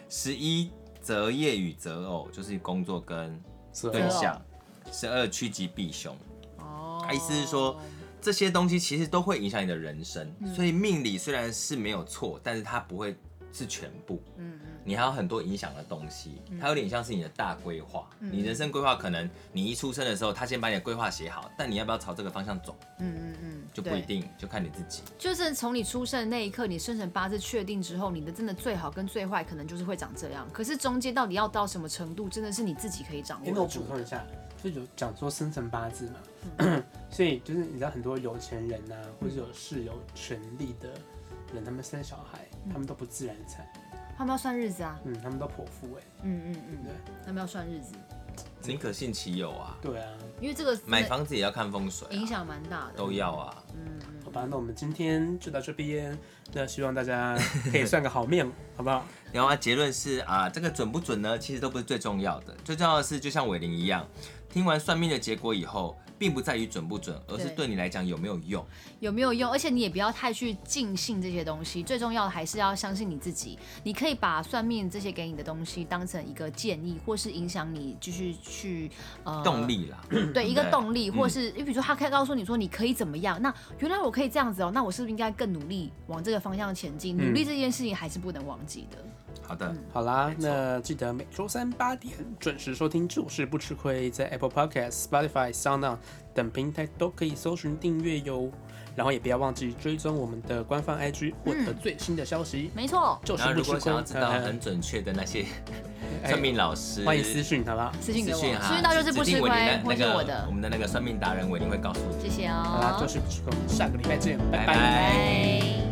[SPEAKER 2] 十一择业与择偶，就是工作跟
[SPEAKER 3] 是
[SPEAKER 2] 对
[SPEAKER 3] 哦
[SPEAKER 2] 象。十二趋吉避凶。
[SPEAKER 1] 哦
[SPEAKER 2] 他意思是说，这些东西其实都会影响你的人生，
[SPEAKER 1] 嗯
[SPEAKER 2] 所以命理虽然是没有错，但是它不会是全部，
[SPEAKER 1] 嗯嗯，
[SPEAKER 2] 你还有很多影响的东西，它有点像是你的大规划，
[SPEAKER 1] 嗯
[SPEAKER 2] 你人生规划可能你一出生的时候，他先把你的规划写好，但你要不要朝这个方向走
[SPEAKER 1] 嗯嗯嗯，
[SPEAKER 2] 就不
[SPEAKER 1] 对
[SPEAKER 2] 一。定，就看你自己。
[SPEAKER 1] 就是从你出生的那一刻，你生辰八字确定之后，你的真的最好跟最坏可能就是会长这样。可是中间到底要到什么程度，真的是你自己可以掌
[SPEAKER 3] 哎、
[SPEAKER 1] 握
[SPEAKER 3] 那我
[SPEAKER 1] 得住
[SPEAKER 3] 补
[SPEAKER 1] 的。
[SPEAKER 3] 充一下，就有讲说生辰八字嘛， 所以就是你知道很多有钱人呐、或者有势有权力的人，他们生小孩，他们都不自然产，
[SPEAKER 1] 他们要算日子啊，
[SPEAKER 3] 嗯，他们都剖腹哎、
[SPEAKER 1] 嗯嗯嗯，
[SPEAKER 3] 对
[SPEAKER 1] 他们要算日子，
[SPEAKER 2] 宁可信其有啊，
[SPEAKER 3] 对啊，
[SPEAKER 1] 因为这个真的
[SPEAKER 2] 买房子也要看风水、
[SPEAKER 1] 影
[SPEAKER 2] 啊，
[SPEAKER 1] 响蛮大的。
[SPEAKER 2] 都要啊。
[SPEAKER 3] 好吧，那我们今天就到这边，那希望大家可以算个好命，好不好？
[SPEAKER 2] 然后啊，结论是啊，这个准不准呢？其实都不是最重要的，最重要的是，就像伟林一样，听完算命的结果以后，并不在于准不准，而是
[SPEAKER 1] 对
[SPEAKER 2] 对你来讲有没有用。
[SPEAKER 1] 有没有用？而且你也不要太去尽信这些东西，最重要的还是要相信你自己。你可以把算命这些给你的东西当成一个建议，或是影响你继续去呃
[SPEAKER 2] 动，力啦，
[SPEAKER 1] 对一个
[SPEAKER 2] 对
[SPEAKER 1] 动力，
[SPEAKER 2] 嗯
[SPEAKER 1] 或是你比如说他可以告诉你说你可以怎么样，那原来我可以这样子哦，那我是不是应该更努力往这个方向前进？
[SPEAKER 3] 嗯
[SPEAKER 1] 努力这件事情还是不能忘记的。
[SPEAKER 2] 好
[SPEAKER 1] 嗯
[SPEAKER 2] 的，
[SPEAKER 3] 好啦
[SPEAKER 2] 没，错
[SPEAKER 3] 那记得每周三八点准时收听，就是不吃亏，在 Apple Podcast、Spotify、Sound On 等平台都可以搜寻订阅哟。然后也不要忘记追踪我们的官方 IG，获得最新的消息。
[SPEAKER 1] 没错，
[SPEAKER 3] 就是
[SPEAKER 2] 然后嗯
[SPEAKER 3] 不
[SPEAKER 2] 如
[SPEAKER 3] 吃
[SPEAKER 2] 果
[SPEAKER 3] 亏
[SPEAKER 2] 想要，知道
[SPEAKER 3] 嗯
[SPEAKER 2] 很准确的那些
[SPEAKER 3] 哎
[SPEAKER 2] 算命老师，
[SPEAKER 3] 欢迎私讯，好不好？
[SPEAKER 1] 私信给我，
[SPEAKER 2] 私嗯讯哈
[SPEAKER 1] 私信到就是不
[SPEAKER 2] 指
[SPEAKER 1] 吃
[SPEAKER 2] 定
[SPEAKER 1] 亏
[SPEAKER 2] 我的，
[SPEAKER 1] 或
[SPEAKER 2] 那
[SPEAKER 1] 是
[SPEAKER 2] 那个
[SPEAKER 1] 我
[SPEAKER 2] 嗯
[SPEAKER 1] 的
[SPEAKER 2] 我，们的那个算命达人，我一定会告诉你。
[SPEAKER 1] 谢谢
[SPEAKER 3] 好啦，
[SPEAKER 1] 哦
[SPEAKER 3] 就，是不吃亏，我们下个礼拜见，拜
[SPEAKER 2] 拜拜
[SPEAKER 1] 拜。